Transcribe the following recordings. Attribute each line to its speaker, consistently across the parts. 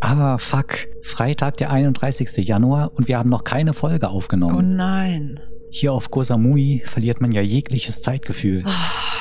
Speaker 1: Aber fuck, Freitag, der 31. Januar und wir haben noch keine Folge
Speaker 2: Oh
Speaker 1: aufgenommen.
Speaker 2: nein.
Speaker 1: Hier auf Koh Samui verliert man ja jegliches Zeitgefühl.
Speaker 2: Ah,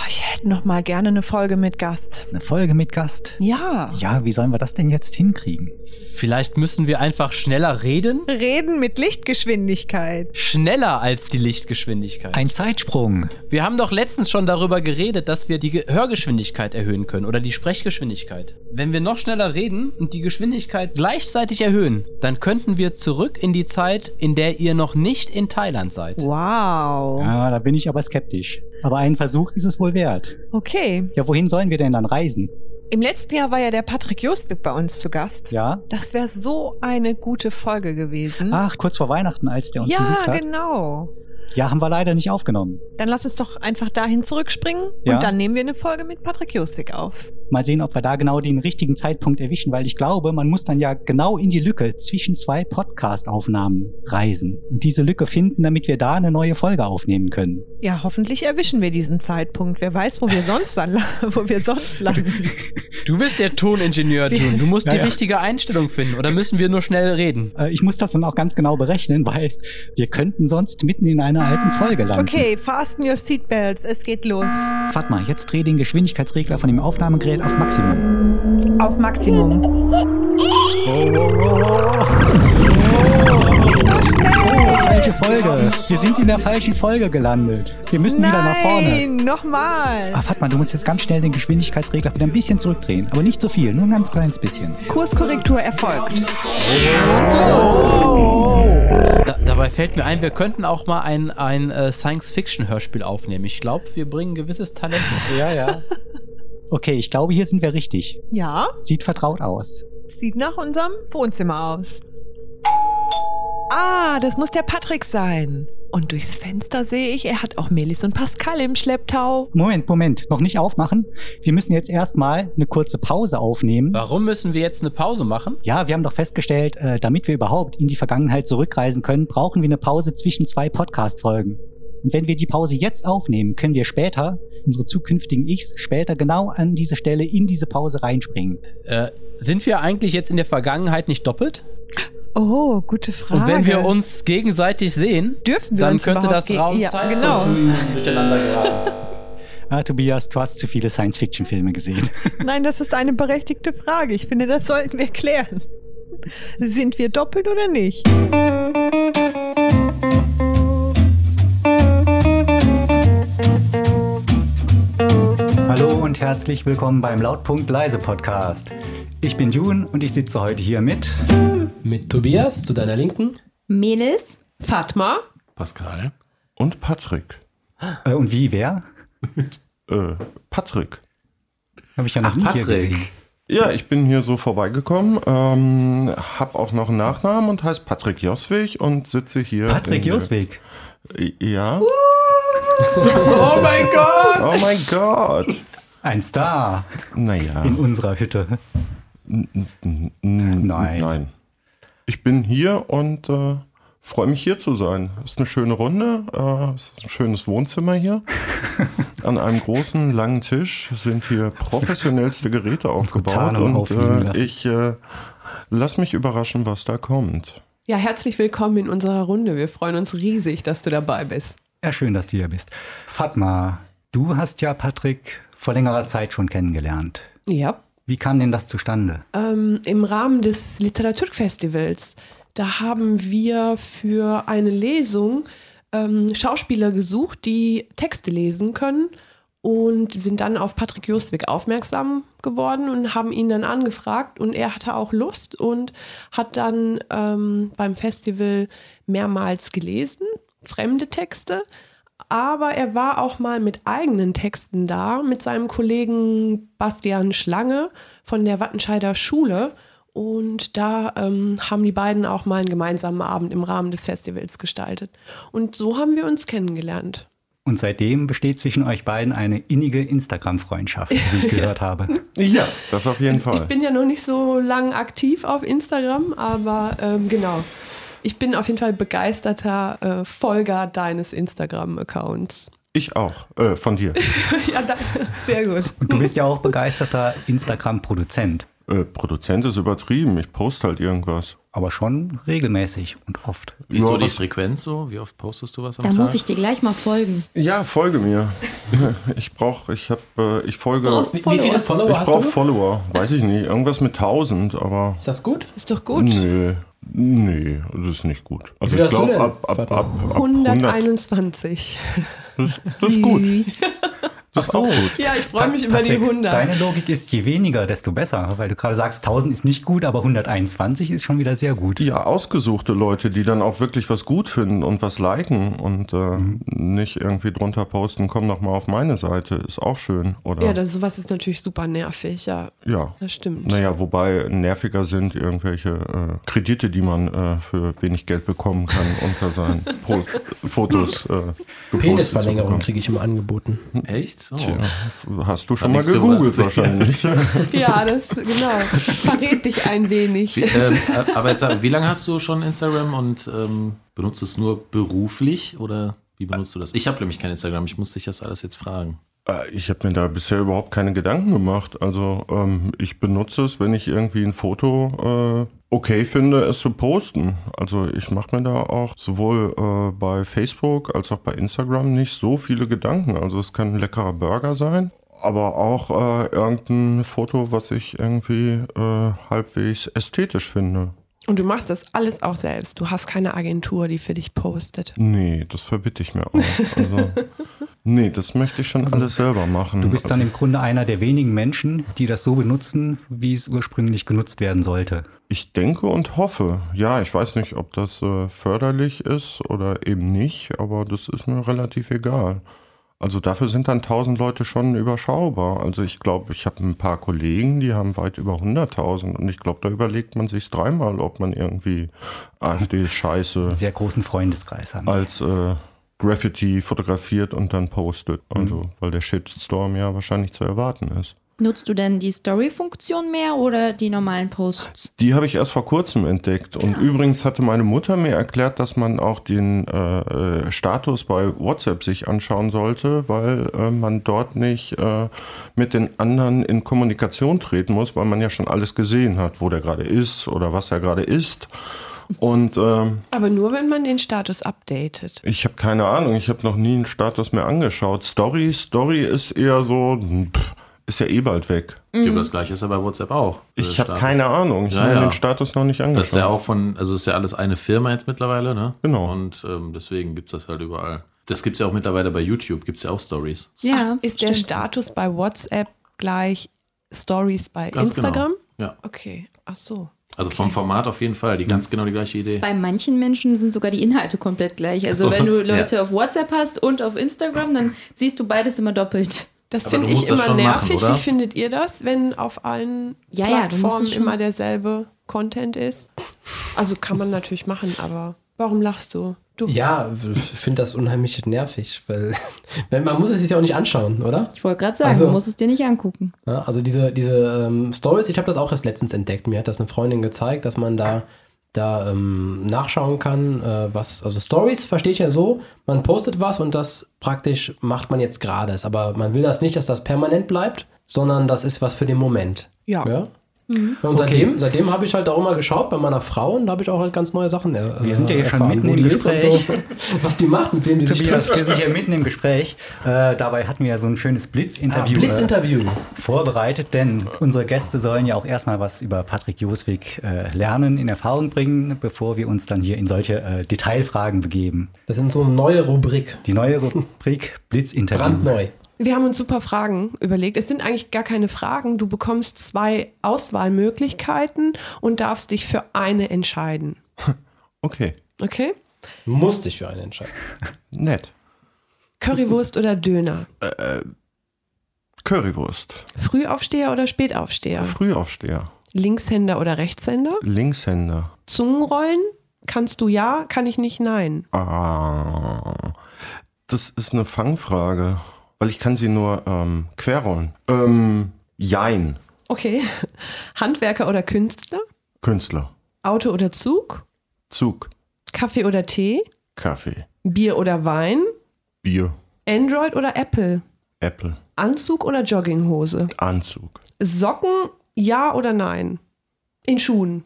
Speaker 2: Ich hätte noch mal gerne eine Folge mit Gast.
Speaker 1: Eine Folge mit Gast.
Speaker 2: Ja.
Speaker 1: Ja, wie sollen wir das denn jetzt hinkriegen?
Speaker 3: Vielleicht müssen wir einfach schneller reden.
Speaker 4: Reden mit Lichtgeschwindigkeit.
Speaker 3: Schneller als die Lichtgeschwindigkeit.
Speaker 1: Ein Zeitsprung.
Speaker 3: Wir haben doch letztens schon darüber geredet, dass wir die Ge- Hörgeschwindigkeit erhöhen können oder die Sprechgeschwindigkeit. Wenn wir noch schneller reden und die Geschwindigkeit gleichzeitig erhöhen, dann könnten wir zurück in die Zeit, in der ihr noch nicht in Thailand seid.
Speaker 4: Wow.
Speaker 1: Ja, da bin ich aber skeptisch. Aber ein Versuch ist es wohl wert.
Speaker 4: Okay.
Speaker 1: Ja, wohin sollen wir denn dann reisen?
Speaker 2: Im letzten Jahr war ja der Patrick Jostwig bei uns zu Gast.
Speaker 1: Ja?
Speaker 2: Das wäre so eine gute Folge gewesen.
Speaker 1: Ach, kurz vor Weihnachten, als der Ah, uns
Speaker 2: Hm? ja,
Speaker 1: besucht hat.
Speaker 2: genau.
Speaker 1: Ja, haben wir leider nicht aufgenommen.
Speaker 2: Dann lass uns doch einfach dahin zurückspringen
Speaker 1: Ja.
Speaker 2: und dann nehmen wir eine Folge mit Patrick Jostwig auf.
Speaker 1: Mal sehen, ob wir da genau den richtigen Zeitpunkt erwischen, weil ich glaube, man muss dann ja genau in die Lücke zwischen zwei Podcast-Aufnahmen reisen und diese Lücke finden, damit wir da eine neue Folge aufnehmen können.
Speaker 4: Ja, hoffentlich erwischen wir diesen Zeitpunkt. Wer weiß, wo wir sonst, dann, wo wir sonst landen.
Speaker 3: Du bist der Toningenieur, June. Du musst
Speaker 1: Ja,
Speaker 3: die
Speaker 1: ja.
Speaker 3: richtige Einstellung finden oder müssen wir nur schnell reden?
Speaker 1: Äh, Ich muss das dann auch ganz genau berechnen, weil wir könnten sonst mitten in einer alten Folge landen.
Speaker 4: Okay, fasten your seatbelts. Es geht los.
Speaker 1: Fatma, jetzt dreh den Geschwindigkeitsregler von dem Aufnahmegerät auf Maximum.
Speaker 4: Auf Maximum.
Speaker 1: Falsche Folge. Wir sind in der falschen Folge gelandet. Wir müssen wieder nach vorne.
Speaker 4: Nein, nochmal.
Speaker 1: Ah, Fatma, du musst jetzt ganz schnell den Geschwindigkeitsregler wieder ein bisschen zurückdrehen. Aber nicht so viel, nur ein ganz kleines bisschen.
Speaker 4: Kurskorrektur erfolgt.
Speaker 3: Da, dabei fällt mir ein, wir könnten auch mal ein, ein äh, Science-Fiction-Hörspiel aufnehmen. Ich glaube, wir bringen gewisses Talent. mit.
Speaker 1: Ja, ja. Okay, ich glaube, hier sind wir richtig.
Speaker 4: Ja,
Speaker 1: Sieht vertraut aus.
Speaker 4: sieht nach unserem Wohnzimmer aus. Ah,
Speaker 2: Ah, das muss der Patrick sein. Und durchs Fenster sehe ich, er hat auch Melis und Pascal im Schlepptau.
Speaker 1: Moment, Moment, noch nicht aufmachen. Wir müssen jetzt erstmal eine kurze Pause aufnehmen.
Speaker 3: Warum müssen wir jetzt eine Pause machen?
Speaker 1: Ja, wir haben doch festgestellt, äh, damit wir überhaupt in die Vergangenheit zurückreisen können, brauchen wir eine Pause zwischen zwei Podcast-Folgen. Und wenn wir die Pause jetzt aufnehmen, können wir später, unsere zukünftigen Ichs, später genau an diese Stelle in diese Pause reinspringen.
Speaker 3: Äh, sind wir eigentlich jetzt in der Vergangenheit nicht doppelt?
Speaker 2: Oh, gute Frage.
Speaker 3: Und wenn wir uns gegenseitig sehen,
Speaker 4: dürfen wir
Speaker 3: dann
Speaker 4: uns
Speaker 3: könnte
Speaker 4: überhaupt
Speaker 3: das
Speaker 4: ge-
Speaker 3: Raum
Speaker 4: ja,
Speaker 3: Zeit-
Speaker 4: genau.
Speaker 3: durcheinander geraten.
Speaker 1: Ah, Tobias, du hast zu viele Science-Fiction-Filme gesehen.
Speaker 4: Nein, das ist eine berechtigte Frage. Ich finde, das sollten wir klären. Sind wir doppelt oder nicht?
Speaker 1: Hallo und herzlich willkommen beim Lautpunkt Leise Podcast. Ich bin June und ich sitze heute hier mit.
Speaker 3: Mit Tobias zu deiner Linken?
Speaker 5: Melis?
Speaker 2: Fatma?
Speaker 6: Pascal.
Speaker 7: Und Patrick.
Speaker 1: Äh, und wie, wer?
Speaker 7: Äh, Patrick.
Speaker 1: Habe ich ja noch nie hier gesehen.
Speaker 7: Ja, ich bin hier so vorbeigekommen, ähm, hab auch noch einen Nachnamen und heißt Patrick Joswig und sitze hier.
Speaker 1: Patrick
Speaker 7: in der-
Speaker 1: Joswig.
Speaker 7: Ja. oh mein Gott! Oh mein Gott!
Speaker 1: Ein Star
Speaker 7: Naja.
Speaker 1: in unserer Hütte. Nein.
Speaker 7: Nein. Ich bin hier und äh, freue mich hier zu sein. Ist eine schöne Runde. Äh, es ist ein schönes Wohnzimmer hier. An einem großen langen Tisch sind hier professionellste Geräte aufgebaut
Speaker 1: Totale
Speaker 7: und
Speaker 1: aufliegen
Speaker 7: äh,
Speaker 1: lassen.
Speaker 7: ich äh, lass mich überraschen, was da kommt.
Speaker 2: Ja, herzlich willkommen in unserer Runde. Wir freuen uns riesig, dass du dabei bist.
Speaker 1: Ja, schön, dass du hier bist. Fatma, du hast ja Patrick vor längerer Zeit schon kennengelernt.
Speaker 2: Ja.
Speaker 1: Wie kam denn das zustande?
Speaker 2: Ähm, Im Rahmen des Literaturfestivals, da haben wir für eine Lesung ähm, Schauspieler gesucht, die Texte lesen können und sind dann auf Patrick Jostwig aufmerksam geworden und haben ihn dann angefragt und er hatte auch Lust und hat dann ähm, beim Festival mehrmals gelesen, fremde Texte. Aber er war auch mal mit eigenen Texten da, mit seinem Kollegen Bastian Schlange von der Wattenscheider Schule. Und da ähm, haben die beiden auch mal einen gemeinsamen Abend im Rahmen des Festivals gestaltet. Und so haben wir uns kennengelernt.
Speaker 1: Und seitdem besteht zwischen euch beiden eine innige Instagram-Freundschaft, wie ich gehört habe.
Speaker 7: Ja, das auf jeden Fall.
Speaker 2: Ich bin ja noch nicht so lang aktiv auf Instagram, aber ähm, genau. Ich bin auf jeden Fall begeisterter äh, Folger deines Instagram-Accounts.
Speaker 7: Ich auch. Äh, von dir.
Speaker 2: ja, da, sehr gut.
Speaker 1: Und du bist ja auch begeisterter Instagram-Produzent.
Speaker 7: Äh, Produzent ist übertrieben, ich poste halt irgendwas.
Speaker 1: Aber schon regelmäßig und oft.
Speaker 5: Wie ist
Speaker 7: Ja,
Speaker 5: so die
Speaker 7: das-
Speaker 5: Frequenz so? Wie oft postest du was am
Speaker 6: Da
Speaker 5: Tag?
Speaker 6: muss ich dir gleich mal folgen.
Speaker 7: Ja, folge mir. Ich brauche, ich habe, äh, ich folge.
Speaker 6: Brauchst
Speaker 7: Ich
Speaker 3: Wie viele Follower hast du?
Speaker 7: brauche Follower. Weiß ich nicht. Irgendwas mit 1000, aber.
Speaker 3: Ist das gut?
Speaker 2: Ist doch gut.
Speaker 7: Nee. Nee, das ist nicht gut. Also
Speaker 3: Wie viel
Speaker 7: ich
Speaker 3: hast du
Speaker 7: glaube
Speaker 3: denn,
Speaker 7: ab, ab, ab,
Speaker 3: Vater?
Speaker 7: ab 100.
Speaker 2: 121.
Speaker 7: Das, das ist gut.
Speaker 6: Süß.
Speaker 7: Das ist auch gut.
Speaker 2: Ja, ich freue mich über
Speaker 1: Patrick,
Speaker 2: die 100.
Speaker 1: Deine Logik ist, je weniger, desto besser. Weil du gerade sagst, 1000 ist nicht gut, aber 121 ist schon wieder sehr gut.
Speaker 7: Ja, ausgesuchte Leute, die dann auch wirklich was gut finden und was liken und äh,
Speaker 3: Mhm.
Speaker 7: nicht irgendwie drunter posten, komm doch mal auf meine Seite, ist auch schön, oder?
Speaker 2: Ja, das, sowas ist natürlich super nervig. Ja,
Speaker 7: Ja.
Speaker 2: das stimmt.
Speaker 7: Naja, wobei nerviger sind irgendwelche äh, Kredite, die man äh, für wenig Geld bekommen kann, unter seinen Pro Fotos. Äh, gepostet
Speaker 3: Penisverlängerung
Speaker 7: zu
Speaker 3: kriege ich immer angeboten.
Speaker 5: Echt? Oh. So.
Speaker 7: bekommen. Tja, hast du schon mal
Speaker 5: nächste
Speaker 7: gegoogelt
Speaker 5: Woche.
Speaker 7: wahrscheinlich.
Speaker 2: Ja, das, genau. Verrät dich ein wenig.
Speaker 5: Wie, ähm, äh, aber jetzt, sag, wie lange hast du schon Instagram und ähm, benutzt es nur beruflich oder wie benutzt du das? Ich habe nämlich kein Instagram, ich muss dich das alles jetzt fragen.
Speaker 7: Äh, Ich habe mir da bisher überhaupt keine Gedanken gemacht. Also ähm, ich benutze es, wenn ich irgendwie ein Foto äh, okay finde, es zu posten. Also ich mache mir da auch sowohl äh, bei Facebook als auch bei Instagram nicht so viele Gedanken. Also es kann ein leckerer Burger sein, aber auch äh, irgendein Foto, was ich irgendwie äh, halbwegs ästhetisch finde.
Speaker 2: Und du machst das alles auch selbst. Du hast keine Agentur, die für dich postet.
Speaker 7: Nee, das verbitte ich mir auch. Also, nee, das möchte ich schon alles selber machen.
Speaker 1: Also, Du bist dann im Grunde einer der wenigen Menschen, die das so benutzen, wie es ursprünglich genutzt werden sollte.
Speaker 7: Ich denke und hoffe. Ja, ich weiß nicht, ob das äh, förderlich ist oder eben nicht, aber das ist mir relativ egal. Also dafür sind dann 1000 Leute schon überschaubar. Also ich glaube, ich habe ein paar Kollegen, die haben weit über 100.000 und ich glaube, da überlegt man sich dreimal, ob man irgendwie AfD ist scheiße
Speaker 1: Sehr großen Freundeskreis haben.
Speaker 7: als äh, Graffiti fotografiert und dann postet. Also, weil der Shitstorm ja wahrscheinlich zu erwarten ist.
Speaker 6: Nutzt du denn die Story-Funktion mehr oder die normalen Posts?
Speaker 7: Die habe ich erst vor kurzem entdeckt. Und übrigens hatte meine Mutter mir erklärt, dass man auch den äh, äh, Status bei WhatsApp sich anschauen sollte, weil äh, man dort nicht äh, mit den anderen in Kommunikation treten muss, weil man ja schon alles gesehen hat, wo der gerade ist oder was er gerade ist. Und ähm,
Speaker 2: Aber nur, wenn man den Status updatet.
Speaker 7: ich habe keine Ahnung, ich habe noch nie einen Status mehr angeschaut. Story, Story ist eher so, pff, ist ja eh bald weg.
Speaker 5: Ich
Speaker 6: Mhm.
Speaker 5: glaube, das gleiche ist ja bei WhatsApp auch.
Speaker 7: Ich
Speaker 5: Äh,
Speaker 7: habe
Speaker 5: Status.
Speaker 7: keine Ahnung, ich
Speaker 5: Hm. Ja,
Speaker 7: habe mir
Speaker 5: ja.
Speaker 7: den Status noch nicht angeschaut.
Speaker 5: Das ist ja auch von, also ist ja alles eine Firma jetzt mittlerweile, ne?
Speaker 7: Genau.
Speaker 5: Und ähm, deswegen gibt es das halt überall. Das gibt es ja auch mittlerweile bei YouTube, gibt es ja auch Stories.
Speaker 6: Ja,
Speaker 2: Ist der
Speaker 6: Ah, stimmt.
Speaker 2: Status bei WhatsApp gleich Stories bei Instagram?
Speaker 5: Genau. Ja.
Speaker 2: Okay, ach so.
Speaker 5: Also vom Format auf jeden
Speaker 7: Mhm.
Speaker 5: Fall, die ganz genau die gleiche Idee.
Speaker 6: Bei manchen Menschen sind sogar die Inhalte komplett gleich. Also
Speaker 5: Ach so,
Speaker 6: wenn du Leute
Speaker 5: ja.
Speaker 6: auf WhatsApp hast und auf Instagram, dann siehst du beides immer doppelt.
Speaker 2: Das
Speaker 5: Aber
Speaker 2: finde
Speaker 5: du
Speaker 2: ich
Speaker 5: musst das
Speaker 2: immer
Speaker 5: schon machen,
Speaker 2: nervig.
Speaker 5: oder?
Speaker 2: Wie findet ihr das, wenn auf allen
Speaker 6: Ja, ja, du musst es
Speaker 2: Plattformen
Speaker 6: schon-
Speaker 2: immer derselbe Content ist? Also kann man natürlich machen, aber warum lachst du? Du,
Speaker 3: Ja, ich finde das unheimlich nervig, weil wenn- man muss es sich ja auch nicht anschauen, oder?
Speaker 6: Ich wollte gerade sagen,
Speaker 3: Also-
Speaker 6: du musst es dir nicht angucken.
Speaker 3: Ja, also diese, diese ähm, Stories, ich habe das auch erst letztens entdeckt. Mir hat das eine Freundin gezeigt, dass man da, da ähm, nachschauen kann, äh, was, also Stories verstehe ich ja so, man postet was und das praktisch macht man jetzt gerade. Aber man will das nicht, dass das permanent bleibt, sondern das ist was für den Moment.
Speaker 2: Ja.
Speaker 3: Ja, Und seitdem, seitdem habe ich halt auch immer geschaut bei meiner Frau und da habe ich auch halt ganz neue Sachen äh,
Speaker 1: Wir sind ja hier schon
Speaker 3: erfahren,
Speaker 1: mitten
Speaker 3: wo
Speaker 1: im
Speaker 3: die ist und
Speaker 1: Gespräch.
Speaker 3: So, was die macht, mit wem
Speaker 8: Also,
Speaker 3: die sich
Speaker 1: Tobias,
Speaker 3: trifft.
Speaker 1: wir sind hier mitten im Gespräch. Äh, dabei hatten wir ja so ein schönes
Speaker 3: Ah,
Speaker 1: Blitzinterview äh,
Speaker 3: Blitzinterview.
Speaker 1: vorbereitet, denn unsere Gäste sollen ja auch erstmal was über Patrick Joswig äh, lernen, in Erfahrung bringen, bevor wir uns dann hier in solche äh, Detailfragen begeben.
Speaker 3: Das sind so eine neue Rubrik.
Speaker 1: Die neue Rubrik Blitzinterview.
Speaker 3: Brandneu.
Speaker 2: Wir haben uns super Fragen überlegt. Es sind eigentlich gar keine Fragen. Du bekommst zwei Auswahlmöglichkeiten und darfst dich für eine entscheiden.
Speaker 7: okay,
Speaker 2: Okay?
Speaker 3: Musste ich für einen entscheiden.
Speaker 7: nett.
Speaker 2: Currywurst oder Döner?
Speaker 7: Currywurst.
Speaker 2: Frühaufsteher oder Spätaufsteher?
Speaker 7: Frühaufsteher.
Speaker 2: Linkshänder oder Rechtshänder?
Speaker 7: Linkshänder.
Speaker 2: Zungenrollen? Kannst du ja, kann ich nicht nein.
Speaker 7: Ah, das ist eine Fangfrage, weil ich kann sie nur ähm, querrollen. Ähm, jein.
Speaker 2: Okay. Handwerker oder Künstler?
Speaker 7: Künstler.
Speaker 2: Auto oder Zug?
Speaker 7: Zug.
Speaker 2: Kaffee oder Tee?
Speaker 7: Kaffee.
Speaker 2: Bier oder Wein?
Speaker 7: Bier.
Speaker 2: Android oder Apple?
Speaker 7: Apple.
Speaker 2: Anzug oder Jogginghose?
Speaker 7: Anzug.
Speaker 2: Socken Ja oder nein? In Schuhen.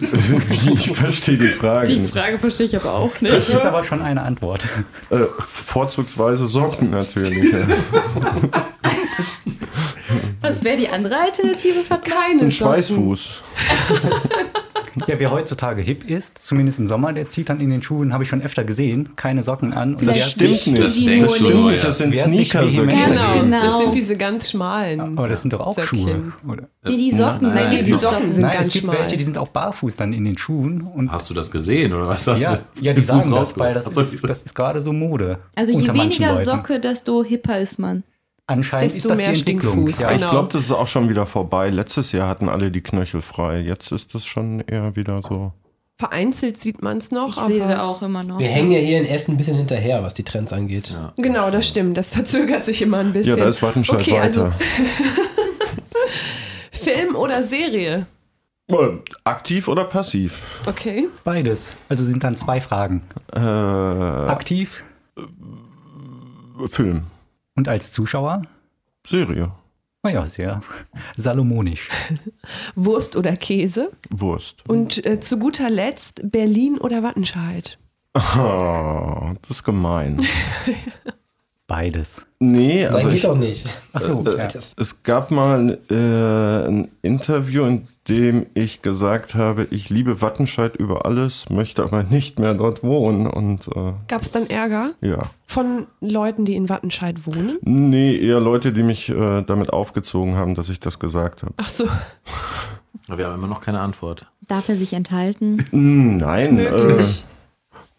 Speaker 7: ich verstehe die Frage.
Speaker 6: Die
Speaker 7: nicht.
Speaker 6: Frage verstehe ich aber auch nicht.
Speaker 1: Das ist aber schon eine Antwort.
Speaker 7: Äh, vorzugsweise Socken natürlich. ja.
Speaker 6: Was wäre die andere Alternative von
Speaker 2: Keine
Speaker 7: Ein
Speaker 2: Socken.
Speaker 7: Schweißfuß.
Speaker 1: Ja, wer heutzutage hip ist, zumindest im Sommer, der zieht dann in den Schuhen, habe ich schon öfter gesehen, keine Socken an. Und
Speaker 6: Das
Speaker 1: der-
Speaker 6: stimmt
Speaker 7: Stimmt nicht.
Speaker 5: Das denkst
Speaker 6: nur
Speaker 5: du,
Speaker 6: nicht.
Speaker 5: ja.
Speaker 7: Das sind
Speaker 1: Wer hat sich
Speaker 7: Sneaker-Socken.
Speaker 1: vehement
Speaker 6: Genau.
Speaker 1: dagegen?
Speaker 2: Das
Speaker 6: Genau.
Speaker 2: sind diese ganz schmalen.
Speaker 1: Aber das sind doch auch
Speaker 2: Söckchen.
Speaker 1: Schuhe. Oder?
Speaker 6: Nee, die Socken.
Speaker 5: Nein,
Speaker 6: Nein,
Speaker 5: nein,
Speaker 6: gibt
Speaker 5: die
Speaker 6: es
Speaker 2: Socken
Speaker 6: Socken.
Speaker 2: sind-
Speaker 1: Nein,
Speaker 2: ganz
Speaker 1: es gibt
Speaker 2: schmal.
Speaker 1: welche, die sind auch barfuß dann in den Schuhen. Und
Speaker 5: Hast du das gesehen oder was hast
Speaker 1: ja,
Speaker 5: du?
Speaker 1: ja, die
Speaker 5: Den Fuß
Speaker 1: sagen das, weil das
Speaker 5: rausgeholt? Ach so,
Speaker 1: ist, das ist gerade so Mode.
Speaker 6: Also je
Speaker 1: unter manchen
Speaker 6: weniger
Speaker 1: Leuten.
Speaker 6: Socke, desto hipper ist man.
Speaker 1: Anscheinend
Speaker 2: desto
Speaker 1: ist das
Speaker 2: mehr
Speaker 1: die Entwicklung.
Speaker 2: Stinkfuß.
Speaker 1: Ja,
Speaker 7: Ich
Speaker 2: Genau.
Speaker 7: glaube, das ist auch schon wieder vorbei. Letztes Jahr hatten alle die Knöchel frei. Jetzt ist das schon eher wieder so.
Speaker 2: Vereinzelt sieht man es noch.
Speaker 6: Ich
Speaker 2: aber-
Speaker 6: sehe sie auch immer noch.
Speaker 8: Wir hängen ja hier in Essen ein bisschen hinterher, was die Trends angeht.
Speaker 2: Genau, das stimmt. Das verzögert sich immer ein
Speaker 7: Ja,
Speaker 2: bisschen.
Speaker 7: da ist Wattenscheid
Speaker 2: okay,
Speaker 7: weiter.
Speaker 2: Also Film oder Serie?
Speaker 7: Ähm, Aktiv oder passiv?
Speaker 2: Okay.
Speaker 1: Beides. Also sind dann zwei Fragen.
Speaker 7: Äh,
Speaker 1: Aktiv
Speaker 7: Film.
Speaker 1: und als Zuschauer?
Speaker 7: Serie.
Speaker 1: Naja, sehr salomonisch.
Speaker 2: Wurst oder Käse?
Speaker 7: Wurst.
Speaker 2: Und äh, zu guter Letzt Berlin oder Wattenscheid?
Speaker 7: Ah, das ist gemein.
Speaker 1: Beides.
Speaker 7: Nee,
Speaker 8: Nein,
Speaker 7: also
Speaker 8: geht
Speaker 7: ich,
Speaker 8: doch nicht.
Speaker 1: Achso,
Speaker 7: Äh,
Speaker 1: ja.
Speaker 7: es gab mal äh, ein Interview, in dem ich gesagt habe, ich liebe Wattenscheid über alles, möchte aber nicht mehr dort wohnen. Und äh,
Speaker 2: Gab es dann Ärger
Speaker 7: ja.
Speaker 2: von Leuten, die in Wattenscheid wohnen?
Speaker 7: Nee, eher Leute, die mich äh, damit aufgezogen haben, dass ich das gesagt habe.
Speaker 2: Ach so.
Speaker 5: Aber wir haben immer noch keine Antwort.
Speaker 6: Darf er sich enthalten?
Speaker 7: Hm, Nein, äh,
Speaker 2: möglich.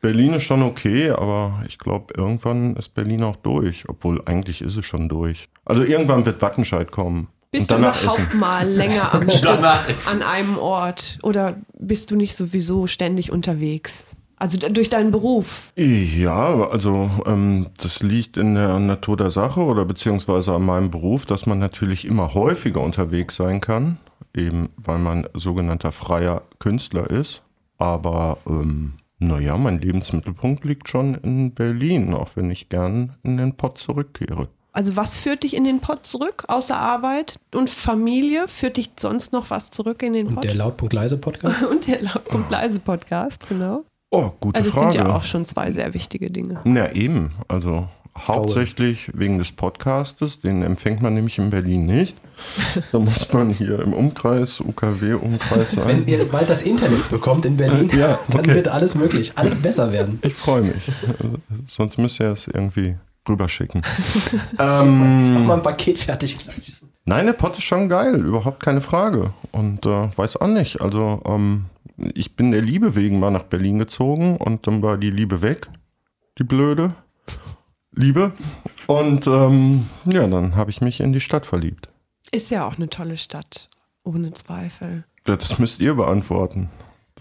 Speaker 7: Berlin ist schon okay, aber ich glaube, irgendwann ist Berlin auch durch. Obwohl, eigentlich ist es schon durch. Also irgendwann wird Wattenscheid kommen.
Speaker 2: Bist
Speaker 7: und
Speaker 2: du
Speaker 7: danach
Speaker 2: überhaupt
Speaker 7: Essen.
Speaker 2: mal länger am Stück
Speaker 5: Danach Essen.
Speaker 2: an einem Ort? Oder bist du nicht sowieso ständig unterwegs? Also d- durch deinen Beruf.
Speaker 7: Ja, also ähm, das liegt in der Natur der Sache oder beziehungsweise an meinem Beruf, dass man natürlich immer häufiger unterwegs sein kann, eben weil man sogenannter freier Künstler ist. Aber ähm, naja, mein Lebensmittelpunkt liegt schon in Berlin, auch wenn ich gern in den Pott zurückkehre.
Speaker 2: Also was führt dich in den Pott zurück, außer Arbeit und Familie? Führt dich sonst noch was zurück in den
Speaker 8: Und
Speaker 2: Pott?
Speaker 8: der Lautpunkt-Leise-Podcast?
Speaker 2: Und der Laut-
Speaker 1: Oh.
Speaker 2: und Leise Podcast, genau.
Speaker 7: Oh, gute
Speaker 2: Also das
Speaker 7: Frage.
Speaker 2: sind ja auch schon zwei sehr wichtige Dinge.
Speaker 7: Na eben, also hauptsächlich wegen des Podcastes, den empfängt man nämlich in Berlin nicht. Da muss man hier im Umkreis, UKW-Umkreis sein.
Speaker 8: Wenn ihr bald das Internet bekommt in Berlin,
Speaker 7: Äh, ja,
Speaker 8: dann
Speaker 7: okay.
Speaker 8: wird alles möglich, alles besser werden.
Speaker 7: Ich freue mich. Also, Sonst müsst ihr es irgendwie rüberschicken. ähm,
Speaker 8: Mach mal ein Paket fertig gleich.
Speaker 7: nein, der Pott ist schon geil, überhaupt keine Frage. Und äh, weiß auch nicht. Also, ähm, ich bin der Liebe wegen mal nach Berlin gezogen und dann war die Liebe weg. Die blöde Liebe. Und ähm, ja, dann habe ich mich in die Stadt verliebt.
Speaker 2: Ist ja auch eine tolle Stadt, ohne Zweifel.
Speaker 7: Ja, Das müsst ihr beantworten.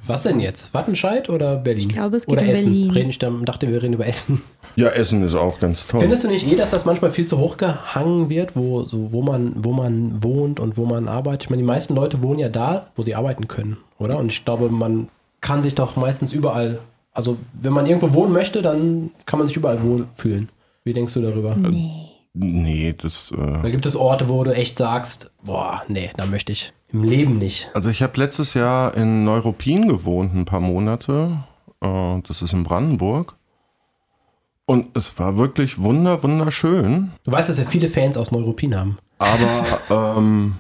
Speaker 8: Was denn jetzt? Wattenscheid oder Berlin?
Speaker 6: Ich glaube, es geht
Speaker 8: oder
Speaker 6: um
Speaker 8: Essen.
Speaker 6: Berlin.
Speaker 8: Reden, ich dann- dachte, wir reden über Essen.
Speaker 7: Ja, Essen ist auch ganz toll.
Speaker 8: Findest du nicht eh, dass das manchmal viel zu hoch gehangen wird, wo, so, wo, man, wo man wohnt und wo man arbeitet? Ich meine, die meisten Leute wohnen ja da, wo sie arbeiten können, oder? Und ich glaube, man kann sich doch meistens überall, also wenn man irgendwo wohnen möchte, dann kann man sich überall wohlfühlen. Wie denkst du darüber?
Speaker 1: Mhm.
Speaker 7: nee, das. Äh,
Speaker 8: Da gibt es Orte, wo du echt sagst, boah, nee, da möchte ich im Leben nicht.
Speaker 7: Also ich habe letztes Jahr in Neuruppin gewohnt, ein paar Monate. Äh, Das ist in Brandenburg. Und es war wirklich wunder, wunderschön.
Speaker 8: Du weißt, dass wir viele Fans aus Neuruppin haben.
Speaker 7: Aber ähm,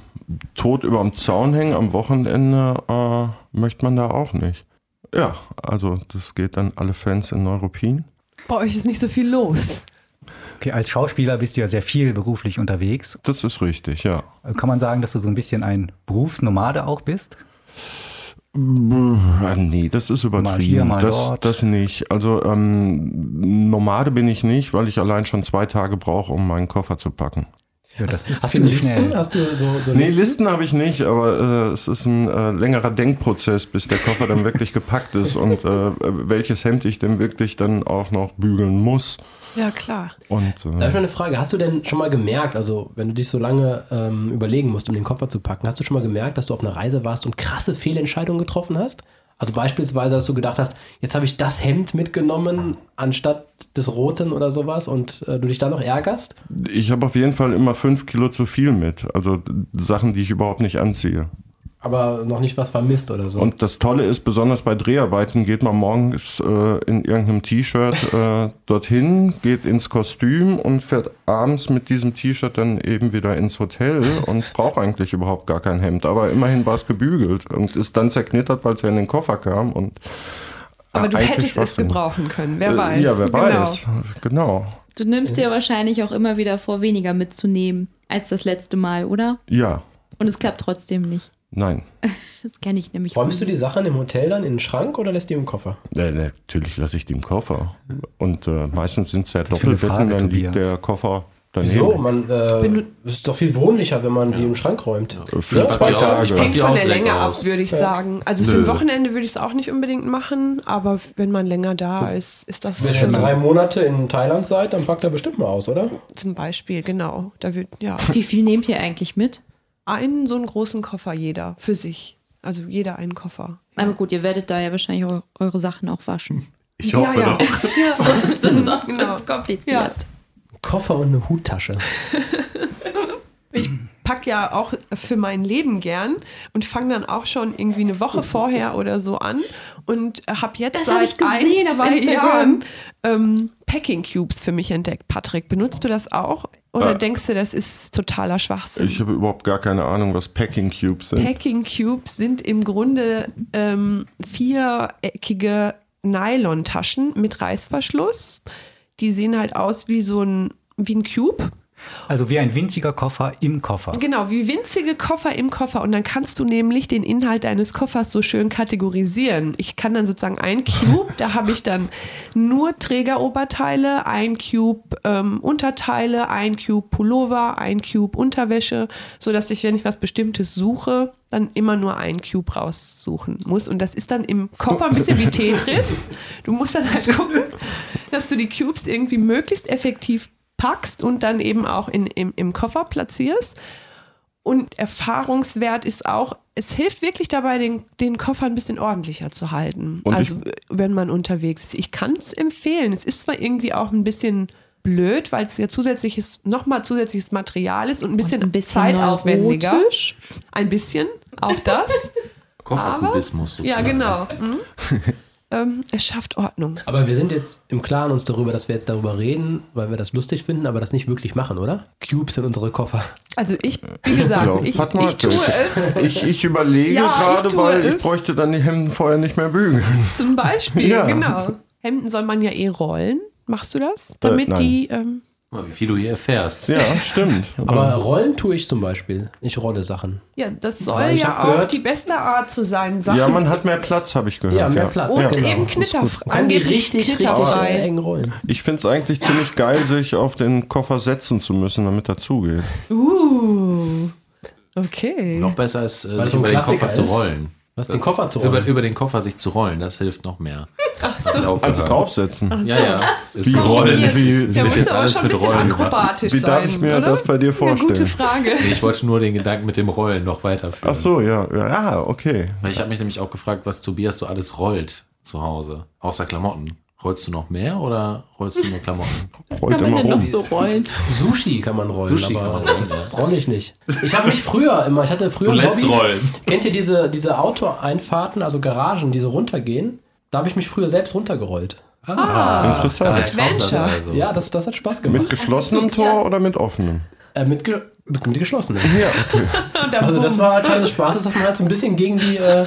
Speaker 7: tot überm Zaun hängen am Wochenende äh, möchte man da auch nicht. Ja, also das geht an alle Fans in Neuruppin.
Speaker 2: Bei euch ist nicht so viel los.
Speaker 1: Okay, als Schauspieler bist du ja sehr viel beruflich unterwegs.
Speaker 7: Das ist richtig, ja.
Speaker 1: Kann man sagen, dass du so ein bisschen ein Berufsnomade auch bist?
Speaker 7: Ah, nee, das ist übertrieben.
Speaker 1: Mal hier, mal
Speaker 7: das,
Speaker 1: dort.
Speaker 7: das nicht. Also ähm, Nomade bin ich nicht, weil ich allein schon zwei Tage brauche, um meinen Koffer zu packen.
Speaker 1: Ja, das ist
Speaker 8: Hast du
Speaker 1: ziemlich
Speaker 8: Listen?
Speaker 1: schnell.
Speaker 8: Hast du so, so
Speaker 7: Nee, Listen habe ich nicht, aber äh, es ist ein äh, längerer Denkprozess, bis der Koffer dann wirklich gepackt ist und äh, welches Hemd ich denn wirklich dann auch noch bügeln muss.
Speaker 2: Ja, klar.
Speaker 7: Und
Speaker 8: Da habe ich
Speaker 7: äh,
Speaker 8: mal eine Frage. Hast du denn schon mal gemerkt, also wenn du dich so lange ähm, überlegen musst, um den Koffer zu packen, hast du schon mal gemerkt, dass du auf einer Reise warst und krasse Fehlentscheidungen getroffen hast? Also beispielsweise, dass du gedacht hast, jetzt habe ich das Hemd mitgenommen anstatt des roten oder sowas und äh, du dich dann noch ärgerst?
Speaker 7: Ich habe auf jeden Fall immer fünf Kilo zu viel mit. Also Sachen, die ich überhaupt nicht anziehe.
Speaker 8: aber noch nicht was vermisst oder so.
Speaker 7: Und das Tolle ist, besonders bei Dreharbeiten geht man morgens äh, in irgendeinem T-Shirt äh, dorthin, geht ins Kostüm und fährt abends mit diesem T-Shirt dann eben wieder ins Hotel und braucht eigentlich überhaupt gar kein Hemd. Aber immerhin war es gebügelt und ist dann zerknittert, weil es ja in den Koffer kam. Und
Speaker 2: Aber du
Speaker 7: eigentlich
Speaker 2: hättest es
Speaker 7: Schwachsinn.
Speaker 2: gebrauchen können, wer
Speaker 7: Äh,
Speaker 2: weiß.
Speaker 7: Ja, wer
Speaker 2: Genau.
Speaker 7: weiß. Genau.
Speaker 6: Du nimmst dir wahrscheinlich auch immer wieder vor, weniger mitzunehmen als das letzte Mal, oder?
Speaker 7: Ja,
Speaker 6: Und es klappt trotzdem nicht.
Speaker 7: nein.
Speaker 6: Das kenne ich nämlich.
Speaker 8: Räumst du
Speaker 6: von
Speaker 8: die Sachen im Hotel dann in den Schrank oder lässt die im Koffer?
Speaker 7: Ja, natürlich lasse ich die im Koffer. Und äh, meistens sind es ja
Speaker 1: das für eine
Speaker 7: Doppelbetten,
Speaker 1: Frage,
Speaker 7: dann liegt
Speaker 1: Tobias?
Speaker 7: der Koffer daneben.
Speaker 8: Wieso? Man äh, ist doch viel wohnlicher, wenn man die im Schrank räumt.
Speaker 7: Für
Speaker 8: Ja,
Speaker 7: zwei
Speaker 8: ich glaub,
Speaker 7: Tage.
Speaker 5: ich pack
Speaker 2: Hängt
Speaker 5: die
Speaker 2: von
Speaker 5: auch
Speaker 2: der
Speaker 5: direkt
Speaker 2: Länge
Speaker 5: aus.
Speaker 2: ab, würde ich sagen. Also für
Speaker 5: Nö.
Speaker 2: ein Wochenende würde ich es auch nicht unbedingt machen, aber wenn man länger da ist, ist das
Speaker 8: Wenn ihr
Speaker 2: schon
Speaker 8: drei Monate in Thailand seid, dann packt er bestimmt mal aus, oder?
Speaker 2: zum Beispiel, genau. Da wird ja
Speaker 6: mir. Wie viel nehmt ihr eigentlich mit?
Speaker 2: einen so einen großen Koffer jeder für sich. Also jeder einen Koffer.
Speaker 6: Aber gut, ihr werdet da ja wahrscheinlich eu- eure Sachen auch waschen.
Speaker 5: Ich hoffe
Speaker 2: ja, ja.
Speaker 5: doch.
Speaker 2: Ja.
Speaker 6: Sonst wird's
Speaker 2: Genau.
Speaker 6: kompliziert.
Speaker 8: Koffer und eine Huttasche.
Speaker 2: Ich pack ja auch für mein Leben gern und fange dann auch schon irgendwie eine Woche vorher oder so an und habe jetzt
Speaker 6: Das hab
Speaker 2: seit
Speaker 6: ich gesehen,
Speaker 2: ein,
Speaker 6: aber
Speaker 2: zwei
Speaker 6: Instagram.
Speaker 2: Jahren ähm, Packing Cubes für mich entdeckt. Patrick, benutzt du das auch oder
Speaker 7: Äh,
Speaker 2: denkst du, das ist totaler Schwachsinn?
Speaker 7: Ich habe überhaupt gar keine Ahnung, was Packing Cubes sind.
Speaker 2: Packing Cubes sind im Grunde ähm, viereckige Nylontaschen mit Reißverschluss. Die sehen halt aus wie so ein, wie ein Cube.
Speaker 1: Also wie ein winziger Koffer im Koffer.
Speaker 2: Genau, wie winzige Koffer im Koffer. Und dann kannst du nämlich den Inhalt deines Koffers so schön kategorisieren. Ich kann dann sozusagen ein Cube, da habe ich dann nur Trägeroberteile, ein Cube ähm, Unterteile, ein Cube Pullover, ein Cube Unterwäsche, sodass ich, wenn ich was Bestimmtes suche, dann immer nur einen Cube raussuchen muss. Und das ist dann im Koffer ein bisschen wie Tetris. Du musst dann halt gucken, dass du die Cubes irgendwie möglichst effektiv packst und dann eben auch in, im, im Koffer platzierst. Und erfahrungswert ist auch, es hilft wirklich dabei, den, den Koffer ein bisschen ordentlicher zu halten.
Speaker 7: Und ich-
Speaker 2: also wenn man unterwegs ist. Ich kann es empfehlen. Es ist zwar irgendwie auch ein bisschen blöd, weil es ja zusätzliches, nochmal zusätzliches Material ist und ein bisschen,
Speaker 6: ein bisschen
Speaker 2: zeitaufwendiger.
Speaker 6: neurotisch.
Speaker 2: Ein bisschen, auch das.
Speaker 5: Kofferkubismus
Speaker 2: ja,
Speaker 5: sozusagen.
Speaker 2: genau. Mhm. ähm, es schafft Ordnung.
Speaker 8: Aber wir sind jetzt im Klaren uns darüber, dass wir jetzt darüber reden, weil wir das lustig finden, aber das nicht wirklich machen, oder? Cubes sind unsere Koffer.
Speaker 2: Also ich, wie gesagt,
Speaker 7: glaub,
Speaker 2: ich,
Speaker 7: Fatma
Speaker 2: ich
Speaker 7: hat
Speaker 2: tue
Speaker 7: das.
Speaker 2: es
Speaker 7: Ich, ich überlege
Speaker 2: Ja, ich
Speaker 7: gerade,
Speaker 2: tue
Speaker 7: weil ich
Speaker 2: es.
Speaker 7: bräuchte dann die Hemden vorher nicht mehr bügeln.
Speaker 2: zum Beispiel,
Speaker 7: Ja.
Speaker 2: genau. Hemden soll man ja eh rollen. Machst du das? Damit
Speaker 7: Äh, nein.
Speaker 2: die, ähm,
Speaker 5: Guck mal, Wie viel du hier erfährst.
Speaker 7: Ja, stimmt.
Speaker 8: Aber rollen tue ich zum Beispiel. Ich rolle Sachen.
Speaker 2: ja, das
Speaker 8: Ja,
Speaker 2: soll
Speaker 8: ich
Speaker 2: ja
Speaker 8: hab
Speaker 2: auch
Speaker 8: gehört-
Speaker 2: die beste Art zu sein, Sachen.
Speaker 7: ja, man hat mehr Platz, habe ich gehört.
Speaker 8: Ja, mehr Platz.
Speaker 2: und
Speaker 8: Ja, genau.
Speaker 2: eben
Speaker 8: Ist
Speaker 2: knitterfrei.
Speaker 8: Kann die
Speaker 2: Angeblich
Speaker 8: richtig, richtig
Speaker 2: knitterfrei.
Speaker 8: äh, eng rollen.
Speaker 7: Ich finde es eigentlich ziemlich geil, sich auf den Koffer setzen zu müssen, damit er zugeht.
Speaker 2: Uh, okay.
Speaker 5: Noch besser ist, äh,
Speaker 8: Weil
Speaker 5: sich
Speaker 8: so ein
Speaker 5: über den
Speaker 8: Klassiker
Speaker 5: Koffer zu
Speaker 8: ist.
Speaker 5: rollen.
Speaker 8: Was, den Koffer zu rollen?
Speaker 5: Über, über den Koffer sich zu rollen, das hilft noch mehr. Ach
Speaker 2: so.
Speaker 7: Als draufsetzen.
Speaker 5: Ja, ja. Es
Speaker 7: Wie rollen?
Speaker 5: rollen.
Speaker 7: Wie,
Speaker 2: Da
Speaker 5: wird
Speaker 2: muss
Speaker 5: jetzt
Speaker 2: aber
Speaker 5: alles
Speaker 2: schon ein
Speaker 5: mit
Speaker 2: bisschen
Speaker 5: Rollen
Speaker 2: akrobatisch
Speaker 7: wie
Speaker 2: sein.
Speaker 7: darf ich mir
Speaker 2: oder?
Speaker 7: das bei dir
Speaker 2: Eine gute
Speaker 7: vorstellen?
Speaker 2: Frage.
Speaker 5: Nee, ich wollte nur den Gedanken mit dem Rollen noch weiterführen.
Speaker 7: Ach so, ja. Ja, okay.
Speaker 5: Weil Ich habe mich nämlich auch gefragt, was Tobias so alles rollt zu Hause. Außer Klamotten. Rollst du noch mehr oder rollst du nur Klamotten?
Speaker 7: Rollt
Speaker 6: Kann
Speaker 7: immer
Speaker 6: man denn
Speaker 7: rum.
Speaker 6: noch so rollen?
Speaker 8: Sushi kann man rollen,
Speaker 5: Sushi
Speaker 8: aber
Speaker 5: kann man rollen,
Speaker 8: das rolle ich nicht. Ich habe mich früher immer, ich hatte früher
Speaker 5: Du
Speaker 8: ein
Speaker 5: lässt
Speaker 8: Hobby.
Speaker 5: rollen.
Speaker 8: Kennt ihr diese, diese Autoeinfahrten, also Garagen, die so runtergehen? Da habe ich mich früher selbst runtergerollt.
Speaker 7: Interessant.
Speaker 2: Adventure.
Speaker 5: Also.
Speaker 8: Ja, das, das hat Spaß
Speaker 7: Mit
Speaker 8: gemacht.
Speaker 7: geschlossenem Tor oder mit offenem?
Speaker 8: Äh, mit, ge mit, mit geschlossenen.
Speaker 2: Und dann
Speaker 8: Also das
Speaker 2: bumm.
Speaker 8: war halt Teil des Spaßes, dass man halt so ein bisschen gegen die, äh,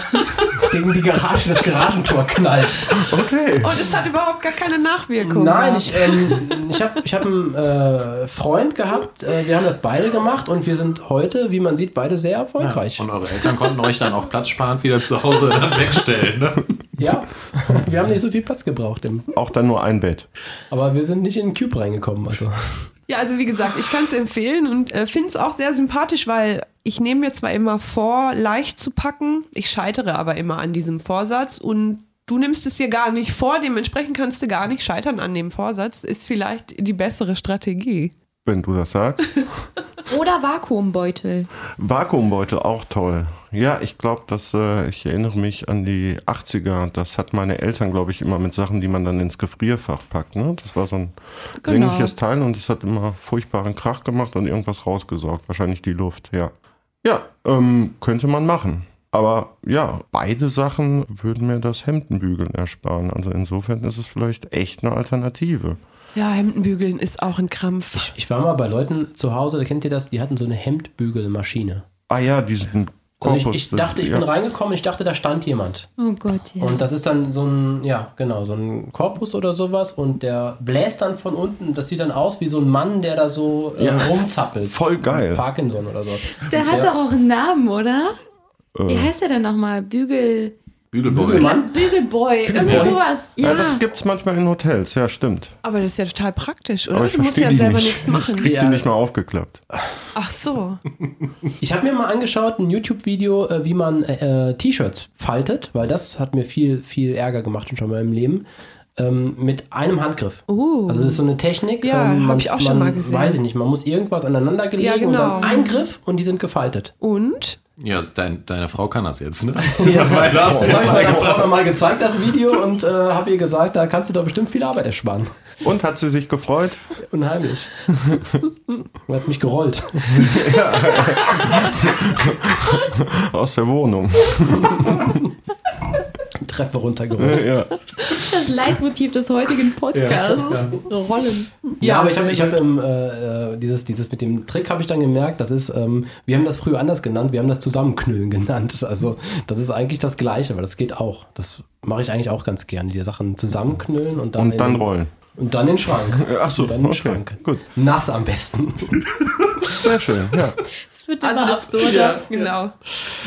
Speaker 8: gegen die Garage, das Garagentor knallt.
Speaker 7: Okay.
Speaker 2: Und es Oh, hat überhaupt gar keine Nachwirkung.
Speaker 8: Nein,
Speaker 2: gehabt.
Speaker 8: ich, ähm, ich habe ich hab einen äh, Freund gehabt, äh, wir haben das beide gemacht und wir sind heute, wie man sieht, beide sehr erfolgreich.
Speaker 5: Und eure Eltern konnten euch dann auch platzsparend wieder zu Hause dann wegstellen. Ne?
Speaker 8: Ja, wir haben nicht so viel Platz gebraucht. Im,
Speaker 7: Auch dann nur ein Bett.
Speaker 8: aber wir sind nicht in den Cube reingekommen. Also.
Speaker 2: Ja, also wie gesagt, ich kann es empfehlen und äh, finde es auch sehr sympathisch, weil ich nehme mir zwar immer vor, leicht zu packen, ich scheitere aber immer an diesem Vorsatz und du nimmst es dir gar nicht vor, dementsprechend kannst du gar nicht scheitern an dem Vorsatz, ist vielleicht die bessere Strategie.
Speaker 7: Wenn du das sagst.
Speaker 6: Oder Vakuumbeutel.
Speaker 7: Vakuumbeutel, auch toll. Ja, ich glaube, dass äh, ich erinnere mich an die 80er. Das hat meine Eltern, glaube ich, immer mit Sachen, die man dann ins Gefrierfach packt. Ne? Das war so ein
Speaker 6: Genau.
Speaker 7: längliches Teil und es hat immer furchtbaren Krach gemacht und irgendwas rausgesaugt. Wahrscheinlich die Luft, ja. Ja, ähm, könnte man machen. Aber ja, beide Sachen würden mir das Hemdenbügeln ersparen. Also insofern ist es vielleicht echt eine Alternative.
Speaker 2: Ja, Hemdenbügeln ist auch ein Krampf.
Speaker 8: Ich, ich war mal bei Leuten zu Hause, da kennt ihr das, die hatten so eine Hemdbügelmaschine.
Speaker 7: Ah ja, diesen
Speaker 8: Und Also ich,
Speaker 7: Korpus.
Speaker 8: ich dachte, ich
Speaker 7: ja.
Speaker 8: bin reingekommen, ich dachte, da stand jemand.
Speaker 6: Oh Gott, ja.
Speaker 8: Und das ist dann so ein, ja, genau, so ein Korpus oder sowas und der bläst dann von unten. Das sieht dann aus wie so ein Mann, der da so äh,
Speaker 7: Ja,
Speaker 8: rumzappelt.
Speaker 7: voll geil.
Speaker 8: Parkinson oder so.
Speaker 6: Der hat doch auch einen Namen, oder? Wie heißt er denn nochmal? Bügel.
Speaker 5: Bügelboy.
Speaker 8: Bügelmann?
Speaker 6: Bügelboy, irgendwie sowas. Ja.
Speaker 7: Ja, das gibt's manchmal in Hotels, ja, stimmt.
Speaker 2: Aber das ist ja total praktisch, oder?
Speaker 7: Aber ich
Speaker 2: du musst
Speaker 7: verstehe
Speaker 2: ja
Speaker 7: die
Speaker 2: selber
Speaker 7: nicht.
Speaker 2: nichts machen.
Speaker 7: Kriegst
Speaker 8: Ja.
Speaker 7: du nicht mal aufgeklappt.
Speaker 2: Ach so.
Speaker 8: Ich habe mir mal angeschaut, ein YouTube-Video, äh, wie man äh, äh, T-Shirts faltet, weil das hat mir viel, viel Ärger gemacht schon mal im Leben. Ähm, mit einem Handgriff.
Speaker 2: Uh.
Speaker 8: Also das ist so eine Technik. ähm,
Speaker 2: Ja,
Speaker 8: man-
Speaker 2: hab ich auch schon
Speaker 8: man,
Speaker 2: mal gesehen.
Speaker 8: Weiß ich nicht. Man muss irgendwas aneinander gelegen
Speaker 2: Ja,
Speaker 8: und
Speaker 2: genau.
Speaker 8: dann ein Griff und die sind gefaltet.
Speaker 2: Und?
Speaker 5: Ja, dein, deine Frau kann das jetzt, ne?
Speaker 8: Ja,
Speaker 5: Weil das-
Speaker 8: das habe ich meiner Frau mal gezeigt, das Video, und äh, habe ihr gesagt, da kannst du doch bestimmt viel Arbeit ersparen.
Speaker 7: Und hat sie sich gefreut?
Speaker 8: Unheimlich. Und hat mich gerollt.
Speaker 7: Aus der Wohnung.
Speaker 8: Treppe runtergerollt.
Speaker 7: ja.
Speaker 6: Das Leitmotiv des heutigen Podcasts. Rollen.
Speaker 8: Ja, aber ich habe ich hab, ähm, äh, äh, dieses, dieses mit dem Trick habe ich dann gemerkt, das ist, ähm, wir haben das früher anders genannt, wir haben das Zusammenknüllen genannt. Also das ist eigentlich das Gleiche, aber das geht auch. Das mache ich eigentlich auch ganz gerne, die Sachen zusammenknüllen und dann,
Speaker 7: Und
Speaker 8: in
Speaker 7: dann
Speaker 8: den,
Speaker 7: rollen.
Speaker 8: Und dann in den Schrank.
Speaker 7: Ach so,
Speaker 8: Und dann in den
Speaker 7: okay,
Speaker 8: Schrank.
Speaker 7: gut.
Speaker 8: Nass am besten.
Speaker 7: Sehr schön, ja.
Speaker 6: Das wird immer absurder.
Speaker 2: Also, Ja, genau.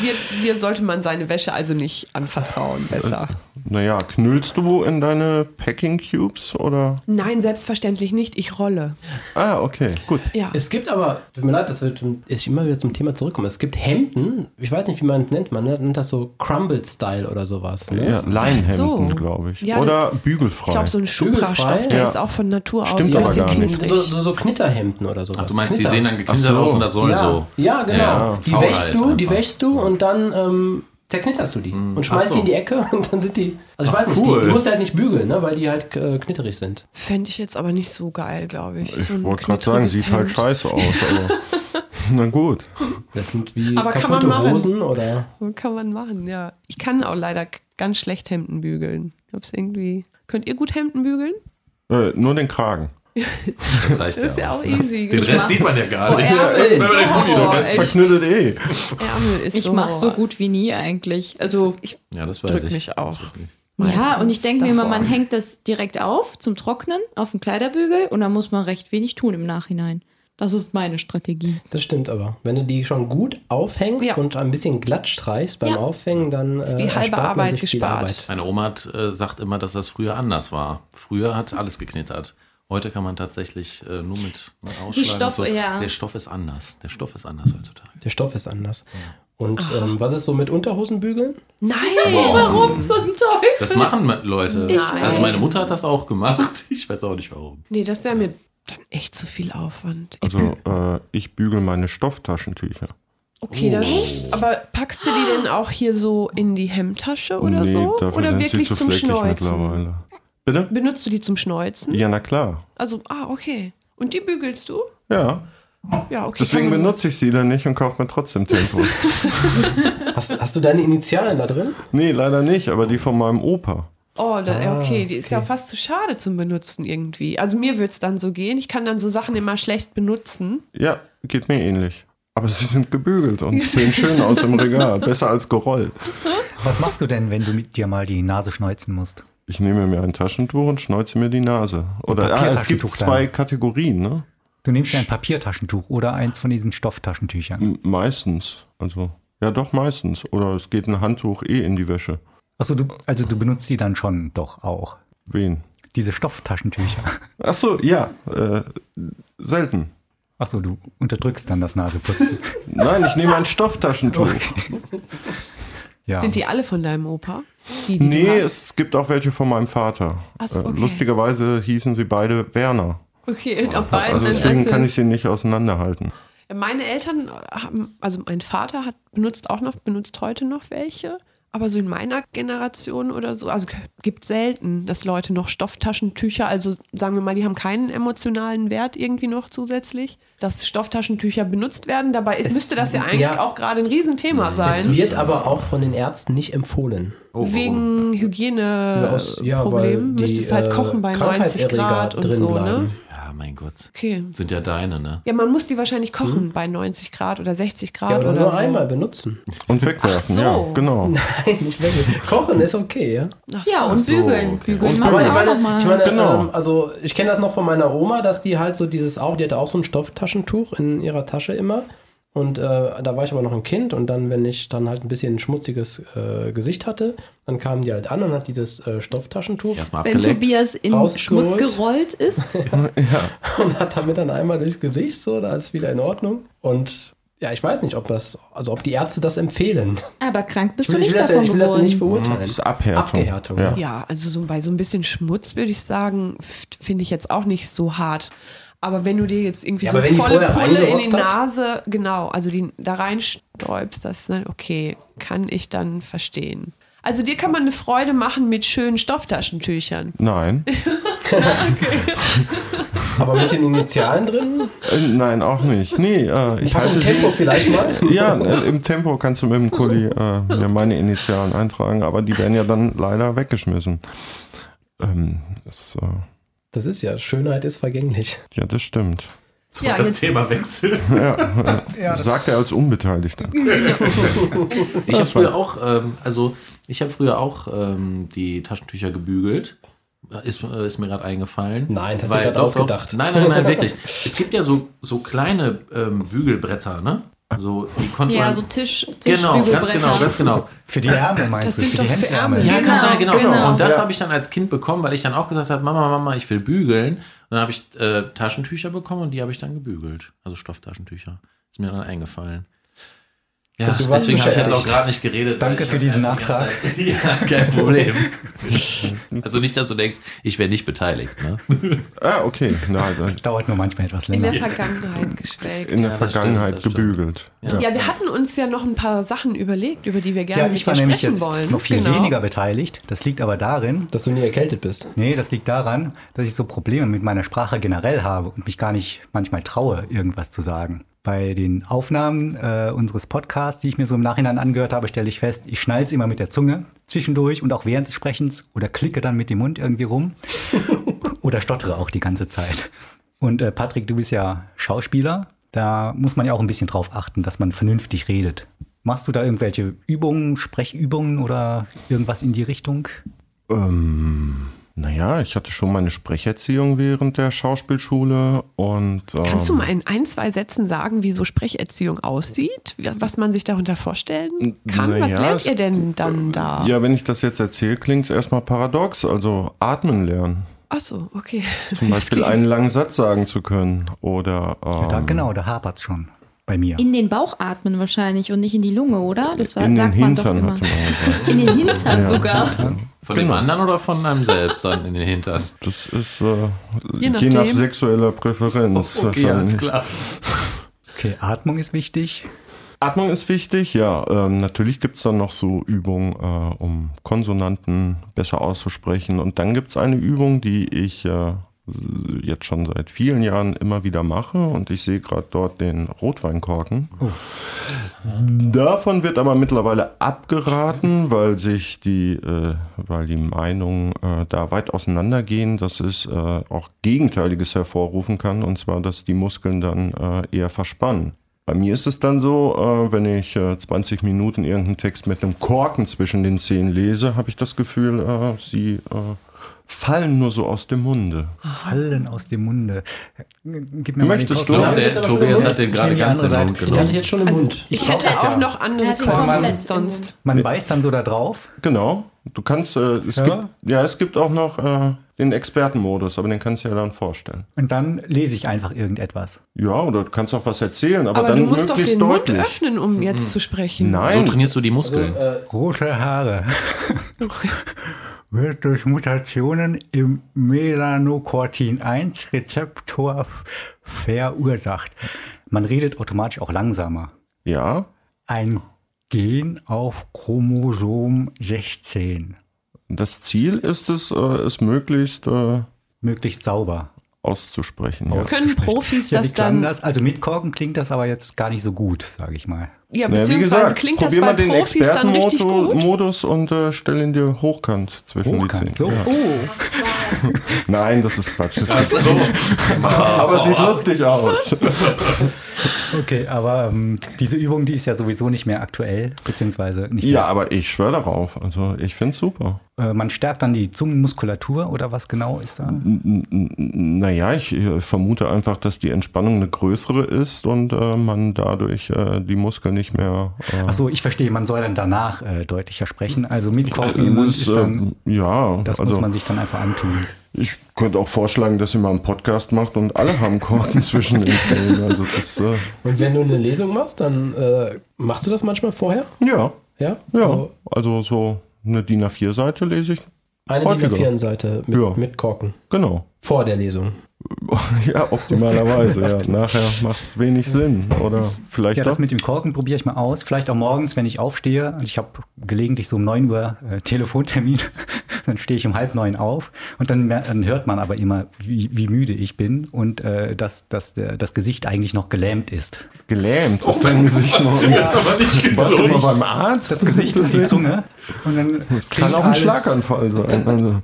Speaker 2: Dir, dir sollte man seine Wäsche also nicht anvertrauen, besser.
Speaker 7: Naja, knüllst du in deine Packing Cubes oder?
Speaker 2: Nein, selbstverständlich nicht. Ich rolle.
Speaker 7: Ah, okay, gut.
Speaker 2: Ja.
Speaker 8: Es gibt aber, tut mir leid, dass wir zum- ich immer wieder zum Thema zurückkommen. Es gibt Hemden, ich weiß nicht, wie man es nennt, man nennt das so Crumble-Style oder sowas. Ne?
Speaker 7: Ja, Leinhemden,
Speaker 2: so.
Speaker 7: glaube ich.
Speaker 2: Ja,
Speaker 7: oder
Speaker 2: ich
Speaker 7: bügelfrei.
Speaker 2: glaube, so ein Schubra-Stoff, der
Speaker 8: Ja.
Speaker 2: ist auch von Natur aus
Speaker 7: Stimmt
Speaker 2: ein
Speaker 7: aber
Speaker 2: bisschen
Speaker 7: gar nicht.
Speaker 2: knittrig.
Speaker 8: So, so, so Knitterhemden oder sowas.
Speaker 5: Ach, du meinst, die
Speaker 8: Knitter.
Speaker 5: sehen dann geknittert
Speaker 7: Ach so.
Speaker 5: aus und das soll
Speaker 8: ja.
Speaker 5: so.
Speaker 8: Ja, genau.
Speaker 5: Ja,
Speaker 8: die
Speaker 5: faul
Speaker 8: wäschst
Speaker 5: halt
Speaker 8: du, die
Speaker 5: einfach. Hm.
Speaker 8: wäschst du und dann ähm, zerknitterst du die und schmeißt
Speaker 5: Ach so.
Speaker 8: die in die Ecke und dann sind die. Also ich weiß nicht,
Speaker 5: cool.
Speaker 8: die, die musst du halt nicht bügeln, ne, weil die halt äh, knitterig sind.
Speaker 2: Fände ich jetzt aber nicht so geil, glaube ich. so
Speaker 7: Ich
Speaker 2: ein
Speaker 7: wollte gerade sagen,
Speaker 2: knittriges
Speaker 7: sieht halt
Speaker 2: Hemd.
Speaker 7: scheiße aus, aber. Na gut.
Speaker 8: Das sind wie
Speaker 2: Aber kann man
Speaker 8: kaputte
Speaker 2: machen.
Speaker 8: Hosen oder.
Speaker 2: Kann man machen, ja. Ich kann auch leider k- ganz schlecht Hemden bügeln. Ich hab's irgendwie. Könnt ihr gut Hemden bügeln?
Speaker 7: Äh, nur den Kragen.
Speaker 5: Reicht
Speaker 2: Das ist ja auch easy.
Speaker 5: Den
Speaker 2: Ich
Speaker 5: Rest
Speaker 2: mach's-
Speaker 5: sieht man ja gar
Speaker 2: Boah,
Speaker 5: nicht.
Speaker 2: Ärmel ist
Speaker 5: Wenn man den
Speaker 2: so
Speaker 5: Pulli
Speaker 2: Horror,
Speaker 5: drückt,
Speaker 7: Das
Speaker 2: Oh, echt.
Speaker 7: verknüllt eh.
Speaker 2: Ärmel ist
Speaker 6: Ich
Speaker 2: so
Speaker 6: mache so
Speaker 2: Horror.
Speaker 6: gut wie nie eigentlich. Also
Speaker 5: Ja, das weiß
Speaker 2: Drück
Speaker 5: ich.
Speaker 2: mich auch.
Speaker 6: ja,
Speaker 2: Meistens
Speaker 6: und ich denke mir immer,
Speaker 2: davor.
Speaker 6: man hängt das direkt auf zum Trocknen auf den Kleiderbügel und dann muss man recht wenig tun im Nachhinein. Das ist meine Strategie.
Speaker 8: Das stimmt aber. Wenn du die schon gut aufhängst
Speaker 2: Ja.
Speaker 8: und ein bisschen glatt streichst beim
Speaker 6: Ja.
Speaker 8: Aufhängen, dann äh, ist
Speaker 2: die halbe Arbeit gespart.
Speaker 5: Meine Oma hat, äh, sagt immer, dass das früher anders war. Früher hat alles geknittert. Heute kann man tatsächlich äh, nur mit ne, Ausschlag und
Speaker 6: Stoff-
Speaker 5: so.
Speaker 6: ja.
Speaker 5: Der Stoff ist anders. Der Stoff ist anders heutzutage.
Speaker 8: Der Stoff ist anders. Und ähm, was ist so mit Unterhosenbügeln?
Speaker 6: Nein,
Speaker 5: Wow.
Speaker 6: warum zum Teufel?
Speaker 5: Das machen ma- Leute.
Speaker 2: weiß.
Speaker 5: Also meine Mutter hat das auch gemacht. Ich weiß auch nicht warum.
Speaker 2: Nee, das wäre mir dann echt zu viel Aufwand.
Speaker 7: Also, äh, ich bügel meine Stofftaschentücher.
Speaker 2: Okay, das
Speaker 7: Oh.
Speaker 2: Aber packst du die denn auch hier so in die Hemdtasche oder
Speaker 7: Oh, nee,
Speaker 2: so?
Speaker 7: dafür
Speaker 2: Oder
Speaker 7: sind
Speaker 2: wirklich
Speaker 7: sie zu
Speaker 2: zum
Speaker 7: fleckig
Speaker 2: Schneuzen?
Speaker 7: mittlerweile. Bitte?
Speaker 2: Benutzt du die zum Schneuzen?
Speaker 7: Ja, na klar.
Speaker 2: Also, ah, okay. Und die bügelst du?
Speaker 7: Ja.
Speaker 2: Ja, okay.
Speaker 7: Deswegen
Speaker 2: kann man-
Speaker 7: benutze ich sie dann nicht und kaufe mir trotzdem Tempo.
Speaker 8: Hast, hast du deine Initialen da drin?
Speaker 7: Nee, leider nicht, aber die von meinem Opa.
Speaker 2: Oh, da,
Speaker 7: Ah,
Speaker 2: ja, okay, die ist ja fast zu schade zum Benutzen irgendwie. Also mir würde es dann so gehen. Ich kann dann so Sachen immer schlecht benutzen.
Speaker 7: Ja, geht mir ähnlich. Aber sie sind gebügelt und sehen schön aus im Regal. Besser als gerollt.
Speaker 1: Was machst du denn, wenn du mit dir mal die Nase schneuzen musst?
Speaker 7: Ich nehme mir ein Taschentuch und schneuze mir die Nase. Oder ah, es gibt
Speaker 1: Papiertaschentuch dann.
Speaker 7: zwei Kategorien, ne?
Speaker 1: Du nimmst dir ein Papiertaschentuch oder eins von diesen Stofftaschentüchern.
Speaker 7: M- Meistens. Also, ja doch, meistens. Oder es geht ein Handtuch eh in die Wäsche.
Speaker 1: Achso, du, also du benutzt die dann schon doch auch.
Speaker 7: Wen?
Speaker 1: Diese Stofftaschentücher.
Speaker 7: Ach so, ja. Äh, selten.
Speaker 1: Achso, du unterdrückst dann das Naseputzen.
Speaker 7: Nein, ich nehme ein Stofftaschentuch.
Speaker 1: Ja.
Speaker 2: Sind die alle von deinem Opa? Die, die du
Speaker 7: Nee,
Speaker 2: hast?
Speaker 7: es gibt auch welche von meinem Vater.
Speaker 2: Ach so,
Speaker 7: Äh,
Speaker 2: okay.
Speaker 7: Lustigerweise hießen sie beide Werner.
Speaker 2: Okay, und auf beiden
Speaker 7: Also
Speaker 2: sind
Speaker 7: deswegen
Speaker 2: also,
Speaker 7: kann ich sie nicht auseinanderhalten.
Speaker 2: Meine Eltern haben, also mein Vater hat benutzt auch noch, benutzt heute noch welche. Aber so in meiner Generation oder so, also gibt selten, dass Leute noch Stofftaschentücher, also sagen wir mal, die haben keinen emotionalen Wert irgendwie noch zusätzlich, dass Stofftaschentücher benutzt werden. Dabei
Speaker 8: Es-
Speaker 2: müsste das ja eigentlich
Speaker 8: ja.
Speaker 2: auch gerade ein Riesenthema
Speaker 8: Es
Speaker 2: sein.
Speaker 8: wird aber auch von den Ärzten nicht empfohlen.
Speaker 5: Oh, warum?
Speaker 2: Wegen
Speaker 8: Aus- ja,
Speaker 2: Hygieneproblemen
Speaker 8: weil
Speaker 2: Äh, müsstest halt
Speaker 8: äh,
Speaker 2: kochen bei 90
Speaker 8: Krankheitserreger
Speaker 2: Grad und
Speaker 8: drin
Speaker 2: so,
Speaker 8: bleiben.
Speaker 2: ne?
Speaker 5: Ja, mein Gott.
Speaker 2: Okay.
Speaker 5: Sind ja deine, ne?
Speaker 2: Ja, man muss die wahrscheinlich kochen bei 90 Grad oder 60 Grad
Speaker 8: Hm? Ja, oder,
Speaker 2: oder,
Speaker 8: nur
Speaker 2: so.
Speaker 8: einmal benutzen.
Speaker 7: Und wegwerfen,
Speaker 2: Ach so.
Speaker 7: ja, genau.
Speaker 8: Nein, nicht wirklich. Kochen ist okay, ja.
Speaker 2: Ach
Speaker 6: Ja,
Speaker 2: so.
Speaker 6: und bügeln. Bügeln
Speaker 7: Und
Speaker 8: Aber
Speaker 6: macht
Speaker 8: ich
Speaker 6: ja auch
Speaker 8: meine, ich meine
Speaker 6: nochmal.
Speaker 7: Genau.
Speaker 8: ähm, also ich kenne das noch von meiner Oma, dass die halt so dieses auch, die hatte auch so ein Stofftaschentuch in ihrer Tasche immer. Und äh, da war ich aber noch ein Kind und dann, wenn ich dann halt ein bisschen ein schmutziges äh, Gesicht hatte, dann kamen die halt an und hat dieses äh, Stofftaschentuch
Speaker 5: Erstmal
Speaker 6: Wenn
Speaker 5: abgeleckt.
Speaker 6: Tobias in
Speaker 8: Rausgeholt.
Speaker 6: Schmutz gerollt ist.
Speaker 8: und hat damit dann einmal durchs Gesicht so, da ist wieder in Ordnung. Und ja, ich weiß nicht, ob das, also ob die Ärzte das empfehlen.
Speaker 6: Aber krank bist
Speaker 8: Ich will,
Speaker 6: du
Speaker 8: ich
Speaker 6: nicht
Speaker 8: will, das, ja,
Speaker 6: davon
Speaker 8: ich will das ja
Speaker 6: geworden.
Speaker 8: nicht verurteilen.
Speaker 7: Das Mhm, ist Abhärtung.
Speaker 8: Abgehärtung, ja.
Speaker 7: Ja.
Speaker 2: Ja, also so bei so ein bisschen Schmutz würde ich sagen, f- finde ich jetzt auch nicht so hart. Aber wenn du dir jetzt irgendwie
Speaker 8: Ja,
Speaker 2: so
Speaker 8: aber wenn die
Speaker 2: volle
Speaker 8: vorher
Speaker 2: Pulle in die
Speaker 8: reingerotzt hat?
Speaker 2: Nase, genau, also die da reinstäubst, das ist dann okay, kann ich dann verstehen. Also dir kann man eine Freude machen mit schönen Stofftaschentüchern.
Speaker 7: Nein.
Speaker 8: Aber mit den Initialen drin?
Speaker 7: Äh, Nein, auch nicht. Nee, äh, ich
Speaker 8: Packung
Speaker 7: halte
Speaker 8: Tempo
Speaker 7: sie.
Speaker 8: vielleicht mal?
Speaker 7: Ja, äh, im Tempo kannst du mit dem Kuli äh, mir meine Initialen eintragen, aber die werden ja dann leider weggeschmissen. Ähm, das, äh,
Speaker 8: Das ist ja, Schönheit ist vergänglich.
Speaker 7: ja, das stimmt.
Speaker 5: Jetzt wollen wir das Thema wechseln.
Speaker 7: Sagt er als Unbeteiligter.
Speaker 5: Ich habe früher auch, ähm, also ich habe früher auch ähm, die Taschentücher gebügelt. Ist, äh, ist mir gerade eingefallen.
Speaker 8: Nein, das hast du
Speaker 5: Weil-
Speaker 8: gerade
Speaker 5: doch, doch.
Speaker 8: ausgedacht.
Speaker 5: Nein, nein, nein, wirklich. Es gibt ja so, so kleine ähm, Bügelbretter, ne? So, die konnte
Speaker 6: Ja,
Speaker 5: man.
Speaker 6: so Tisch,
Speaker 5: genau, ganz
Speaker 6: Tischbügelbretter.
Speaker 5: genau, ganz genau.
Speaker 1: Für die Ärmel meinst du,
Speaker 2: sind
Speaker 1: für
Speaker 2: doch
Speaker 1: die
Speaker 2: für
Speaker 1: Hemdsärmel.
Speaker 2: Ärmel.
Speaker 5: Ja,
Speaker 6: Genau,
Speaker 5: kann sein, genau.
Speaker 6: genau.
Speaker 5: Und das
Speaker 7: Ja.
Speaker 5: habe ich dann als Kind bekommen, weil ich dann auch gesagt habe, Mama, Mama, ich will bügeln. Und dann habe ich äh, Taschentücher bekommen und die habe ich dann gebügelt. Also Stofftaschentücher. Ist mir dann eingefallen. Ja,
Speaker 8: Und du warst
Speaker 5: deswegen habe ich jetzt auch
Speaker 8: beschäftigt.
Speaker 5: gerade nicht geredet. weil
Speaker 1: Danke
Speaker 5: ich
Speaker 1: für
Speaker 5: hab
Speaker 1: diesen
Speaker 5: einfach die ganze Zeit- ja, kein Problem. also nicht, dass du denkst, ich wäre nicht beteiligt. Ne?
Speaker 7: Ah, okay. Na, das,
Speaker 1: Das dauert nur manchmal etwas
Speaker 2: In
Speaker 1: länger.
Speaker 2: der Vergangenheit geschwelgt.
Speaker 7: in der
Speaker 5: Ja, das
Speaker 7: Vergangenheit
Speaker 5: stimmt, das
Speaker 7: gebügelt. Ja.
Speaker 2: Ja, wir hatten uns ja noch ein paar Sachen überlegt, über die wir gerne
Speaker 1: Ja,
Speaker 2: mit
Speaker 1: ich
Speaker 2: dir
Speaker 1: war nämlich
Speaker 2: sprechen
Speaker 1: jetzt
Speaker 2: wollen.
Speaker 1: noch viel
Speaker 2: Genau.
Speaker 1: weniger beteiligt. Das liegt aber darin,
Speaker 8: Dass du nie erkältet bist.
Speaker 1: nee, das liegt daran, dass ich so Probleme mit meiner Sprache generell habe und mich gar nicht manchmal traue, irgendwas zu sagen. Bei den Aufnahmen äh, unseres Podcasts, die ich mir so im Nachhinein angehört habe, stelle ich fest, ich schnall's immer mit der Zunge zwischendurch und auch während des Sprechens oder klicke dann mit dem Mund irgendwie rum oder stottere auch die ganze Zeit. Und äh, Patrick, du bist ja Schauspieler. Da muss man ja auch ein bisschen drauf achten, dass man vernünftig redet. Machst du da irgendwelche Übungen, Sprechübungen oder irgendwas in die Richtung?
Speaker 7: Ähm, naja, ich hatte schon meine Sprecherziehung während der Schauspielschule und. Ähm,
Speaker 2: Kannst du mal in ein, zwei Sätzen sagen, wie so Sprecherziehung aussieht? Was man sich darunter vorstellen kann?
Speaker 7: Na
Speaker 2: Was
Speaker 7: ja,
Speaker 2: lernt
Speaker 7: es- äh,
Speaker 2: ihr denn dann da?
Speaker 7: Ja, wenn ich das jetzt erzähle, klingt es erstmal paradox. Also atmen lernen.
Speaker 2: Ach so, okay.
Speaker 7: Zum Beispiel einen langen Satz sagen zu können. Oder. Ähm,
Speaker 1: Da, genau, da hapert's schon bei mir.
Speaker 6: In den Bauch atmen wahrscheinlich und nicht in die Lunge, oder? Das war,
Speaker 7: äh, in den
Speaker 6: sagt
Speaker 7: Hintern
Speaker 6: man
Speaker 7: hatte
Speaker 6: doch
Speaker 7: man
Speaker 6: immer.
Speaker 7: gesagt.
Speaker 6: In den Hintern sogar.
Speaker 5: Von dem anderen oder von einem selbst dann in den Hintern?
Speaker 7: Das ist äh, je,
Speaker 2: nachdem.
Speaker 7: nach sexueller Präferenz. wahrscheinlich.
Speaker 1: Okay, Atmung ist wichtig.
Speaker 7: Atmung ist wichtig, ja. Ähm, natürlich gibt es dann noch so Übungen, äh, um Konsonanten besser auszusprechen. Und dann gibt es eine Übung, die ich äh, jetzt schon seit vielen Jahren immer wieder mache. Und ich sehe gerade dort den Rotweinkorken. Davon wird aber mittlerweile abgeraten, weil sich die, äh, weil die Meinungen äh, da weit auseinandergehen, dass es äh, auch Gegenteiliges hervorrufen kann, und zwar, dass die Muskeln dann äh, eher verspannen. Bei mir ist es dann so, äh, wenn ich äh, 20 Minuten irgendeinen Text mit einem Korken zwischen den Zähnen lese, habe ich das Gefühl, äh, sie äh, fallen nur so aus dem Munde.
Speaker 1: Fallen aus dem Munde. Gib mir
Speaker 7: Möchtest
Speaker 1: mal
Speaker 7: du?
Speaker 1: den
Speaker 5: Ja,
Speaker 1: Korken.
Speaker 5: der Tobias hat den gerade
Speaker 1: Ich nehme die
Speaker 5: ganz in
Speaker 1: andere
Speaker 5: den Mund
Speaker 8: Die hatte ich
Speaker 5: genommen. Also,
Speaker 8: jetzt schon im Mund.
Speaker 2: Ich
Speaker 1: brauch
Speaker 2: hätte
Speaker 1: das
Speaker 2: auch
Speaker 1: ja.
Speaker 2: noch andere
Speaker 6: Ja, die
Speaker 2: Kommen
Speaker 6: komplett
Speaker 2: sonst.
Speaker 1: Man beißt dann so da drauf.
Speaker 7: Genau. Du kannst, äh, es
Speaker 1: Ja.
Speaker 7: gibt, ja, es gibt auch noch äh, den Expertenmodus, aber den kannst du ja dann vorstellen.
Speaker 1: Und dann lese ich einfach irgendetwas.
Speaker 7: Ja, oder du kannst auch was erzählen, aber,
Speaker 2: Aber
Speaker 7: dann
Speaker 2: du musst doch
Speaker 7: möglichst
Speaker 2: den
Speaker 7: deutlich. Mhm.
Speaker 2: Mund öffnen, um jetzt zu sprechen.
Speaker 5: So
Speaker 7: Nein,
Speaker 5: trainierst du die Muskeln.
Speaker 1: Rote Haare. Wird durch Mutationen im Melanocortin 1 Rezeptor verursacht. Man redet automatisch auch langsamer.
Speaker 7: Ja,
Speaker 1: Ein Gen auf Chromosom 16.
Speaker 7: das Ziel ist es, äh, es möglichst äh,
Speaker 1: Möglichst sauber.
Speaker 7: auszusprechen. Ja.
Speaker 2: Können Profis
Speaker 1: Ja, wie
Speaker 2: das
Speaker 1: klang
Speaker 2: dann.
Speaker 1: das? Also mit Korken klingt das aber jetzt gar nicht so gut, sage ich mal.
Speaker 2: ja,
Speaker 7: Naja,
Speaker 2: beziehungsweise klingt das
Speaker 7: probier
Speaker 2: bei
Speaker 7: mal den
Speaker 2: Profis dann richtig
Speaker 7: Expertenmoto-
Speaker 2: gut.
Speaker 7: Modus und äh, stell ihn dir hochkant zwischen
Speaker 1: Hochkant,
Speaker 7: die Zähne.
Speaker 1: so.
Speaker 7: Ja.
Speaker 2: Oh,
Speaker 7: Nein, das ist Quatsch. Das ist,
Speaker 5: so.
Speaker 7: aber es sieht lustig aus.
Speaker 1: Okay, aber ähm, diese Übung, die ist ja sowieso nicht mehr aktuell, beziehungsweise nicht
Speaker 7: ja, aber ich schwöre darauf. Also ich finde es super.
Speaker 1: mehr. Äh, man stärkt dann die Zungenmuskulatur oder was genau ist da?
Speaker 7: Naja, ich äh, vermute einfach, dass die Entspannung eine größere ist und äh, man dadurch äh, die Muskeln nicht mehr. Äh,
Speaker 1: Achso, ich verstehe, man soll dann danach äh, deutlicher sprechen. Also mit Korken im Mund
Speaker 7: das,
Speaker 1: ist dann,
Speaker 7: ähm, ja,
Speaker 1: das muss
Speaker 7: also
Speaker 1: man sich dann einfach antun.
Speaker 7: ich könnte auch vorschlagen, dass ihr mal einen Podcast macht und alle haben Korken zwischen den Zähnen. Also das, äh,
Speaker 8: Und wenn du eine Lesung machst, dann äh, machst du das manchmal vorher?
Speaker 7: ja,
Speaker 8: Ja?
Speaker 7: ja.
Speaker 8: Also
Speaker 7: Also, so eine DIN A4-Seite lese ich.
Speaker 8: eine
Speaker 7: Häufiger.
Speaker 8: DIN Seite mit,
Speaker 7: Ja.
Speaker 8: mit Korken.
Speaker 7: Genau.
Speaker 8: Vor der Lesung.
Speaker 7: Ja, optimalerweise. ja. Nachher macht es wenig Sinn. Oder vielleicht
Speaker 1: Ja,
Speaker 7: doch.
Speaker 1: das mit dem Korken probiere ich mal aus. Vielleicht auch morgens, wenn ich aufstehe. Also ich habe gelegentlich so um 9 Uhr äh, Telefontermin. dann stehe ich um halb neun auf. Und dann, mer- dann hört man aber immer, wie, wie müde ich bin und äh, dass, dass der, das Gesicht eigentlich noch gelähmt ist.
Speaker 7: gelähmt
Speaker 1: Oh,
Speaker 7: ist dein Gesicht noch.
Speaker 5: Das ist aber nicht
Speaker 7: Warst du
Speaker 5: gesund.
Speaker 7: mal beim Arzt?
Speaker 1: Das Gesicht und die Zunge. Und dann
Speaker 7: Das kann auch ein Schlaganfall sein. Also,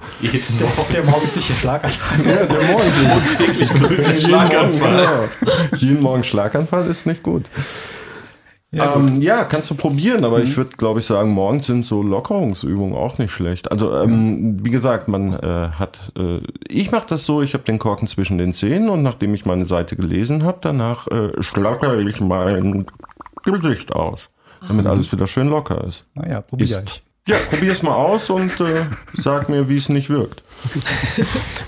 Speaker 1: Der, der morgendliche Schlaganfall.
Speaker 7: ja, der Morgen.
Speaker 5: Täglich größten Schlaganfall.
Speaker 7: Morgen, genau. Jeden Morgen Schlaganfall ist nicht gut. Ja, ähm, ja kannst du probieren, aber ich würde, glaube ich, sagen, morgens sind so Lockerungsübungen auch nicht schlecht. Also, ähm, wie gesagt, man äh, hat, äh, ich mache das so, ich habe den Korken zwischen den Zähnen und nachdem ich meine Seite gelesen habe, danach äh, schlackere ich mein Gesicht aus, damit alles wieder schön locker ist.
Speaker 1: Ähm, Naja, probiere
Speaker 7: Ist.
Speaker 1: ich.
Speaker 7: Ja, probier's mal aus und äh, sag mir, wie es nicht wirkt.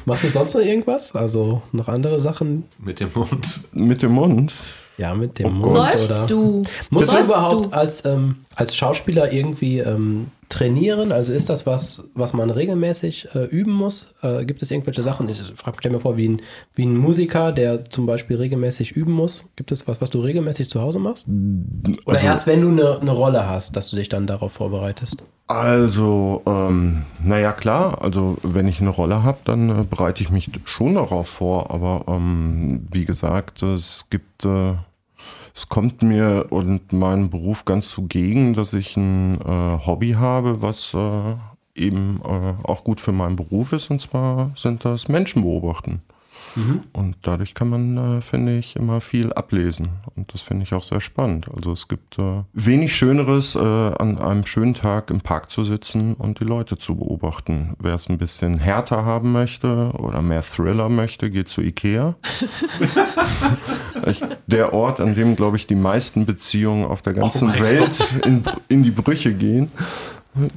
Speaker 8: Machst du sonst noch irgendwas? Also noch andere Sachen?
Speaker 5: Mit dem Mund.
Speaker 7: Mit dem Mund.
Speaker 8: Ja, mit dem
Speaker 7: Gott.
Speaker 8: Mund oder.
Speaker 6: Seufzt du?
Speaker 8: Musst du
Speaker 6: Seufzt
Speaker 8: überhaupt Als, ähm, als Schauspieler irgendwie ähm, trainieren? Also ist das was, was man regelmäßig äh, üben muss? Äh, gibt es irgendwelche Sachen? Ich frag, stell mir vor, wie ein, wie ein Musiker, der zum Beispiel regelmäßig üben muss. Gibt es was, was du regelmäßig zu Hause machst? Oder erst wenn du eine, eine Rolle hast, dass du dich dann darauf vorbereitest?
Speaker 7: Also, ähm, naja, klar, also wenn ich eine Rolle habe, dann äh, bereite ich mich schon darauf vor, aber ähm, wie gesagt, es gibt, äh, es kommt mir und meinem Beruf ganz zugegen, dass ich ein äh, Hobby habe, was äh, eben äh, auch gut für meinen Beruf ist, und zwar sind das Menschen beobachten. Und dadurch kann man, äh, finde ich, immer viel ablesen. Und das finde ich auch sehr spannend. Also es gibt äh, wenig Schöneres, äh, an einem schönen Tag im Park zu sitzen und die Leute zu beobachten. Wer es ein bisschen härter haben möchte oder mehr Thriller möchte, geht zu Ikea. ich, der Ort, an dem, glaube ich, die meisten Beziehungen auf der ganzen Welt in, in die Brüche gehen.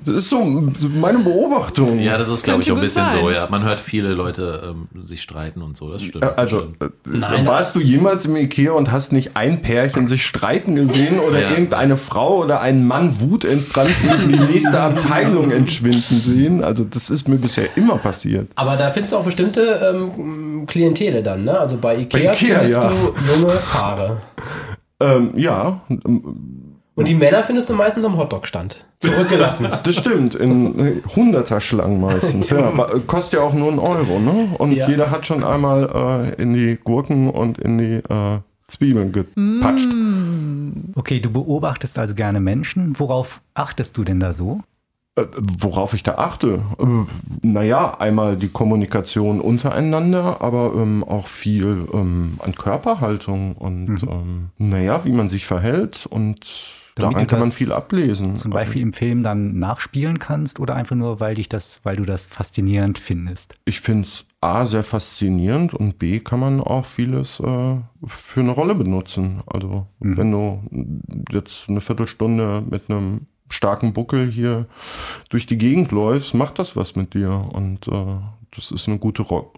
Speaker 7: Das ist so meine Beobachtung.
Speaker 5: Ja, das ist, glaube ich,
Speaker 2: Könnte
Speaker 5: auch
Speaker 2: gut
Speaker 5: ein bisschen
Speaker 2: sein.
Speaker 5: so, ja. Man hört viele Leute ähm, sich streiten und so, das stimmt.
Speaker 7: Äh, Also,
Speaker 5: das stimmt.
Speaker 7: äh, warst du jemals im Ikea und hast nicht ein Pärchen sich streiten gesehen oder
Speaker 5: Ja.
Speaker 7: irgendeine Frau oder einen Mann wutentbrannt in die nächste Abteilung entschwinden sehen? Also, das ist mir bisher immer passiert.
Speaker 8: Aber da findest du auch bestimmte ähm, Klientele dann, ne? Also bei Ikea,
Speaker 7: Bei Ikea,
Speaker 8: findest
Speaker 7: ja.
Speaker 8: du junge Paare.
Speaker 7: Ähm, ja, ähm,
Speaker 8: Und die Männer findest du meistens am Hotdog-Stand. Zurückgelassen.
Speaker 7: das stimmt. In äh, Hunderterschlangen meistens. Ja, aber, äh, kostet ja auch nur einen Euro, ne? Und
Speaker 8: Ja.
Speaker 7: jeder hat schon einmal äh, in die Gurken und in die äh, Zwiebeln gepatscht.
Speaker 1: Okay, du beobachtest also gerne Menschen. Worauf achtest du denn da so?
Speaker 7: Äh, Worauf ich da achte? Äh, Naja, einmal die Kommunikation untereinander, aber ähm, auch viel ähm, an Körperhaltung und
Speaker 1: Mhm.
Speaker 7: ähm, naja, wie man sich verhält und
Speaker 1: Damit
Speaker 7: daran
Speaker 1: du
Speaker 7: kann man
Speaker 1: das
Speaker 7: viel ablesen.
Speaker 1: Zum Beispiel im Film dann nachspielen kannst oder einfach nur, weil dich das, weil du das faszinierend findest.
Speaker 7: Ich finde es A sehr faszinierend und B kann man auch vieles äh, für eine Rolle benutzen. Also
Speaker 1: Mhm.
Speaker 7: wenn du jetzt eine Viertelstunde mit einem starken Buckel hier durch die Gegend läufst, macht das was mit dir. Und äh, das ist eine gute Ro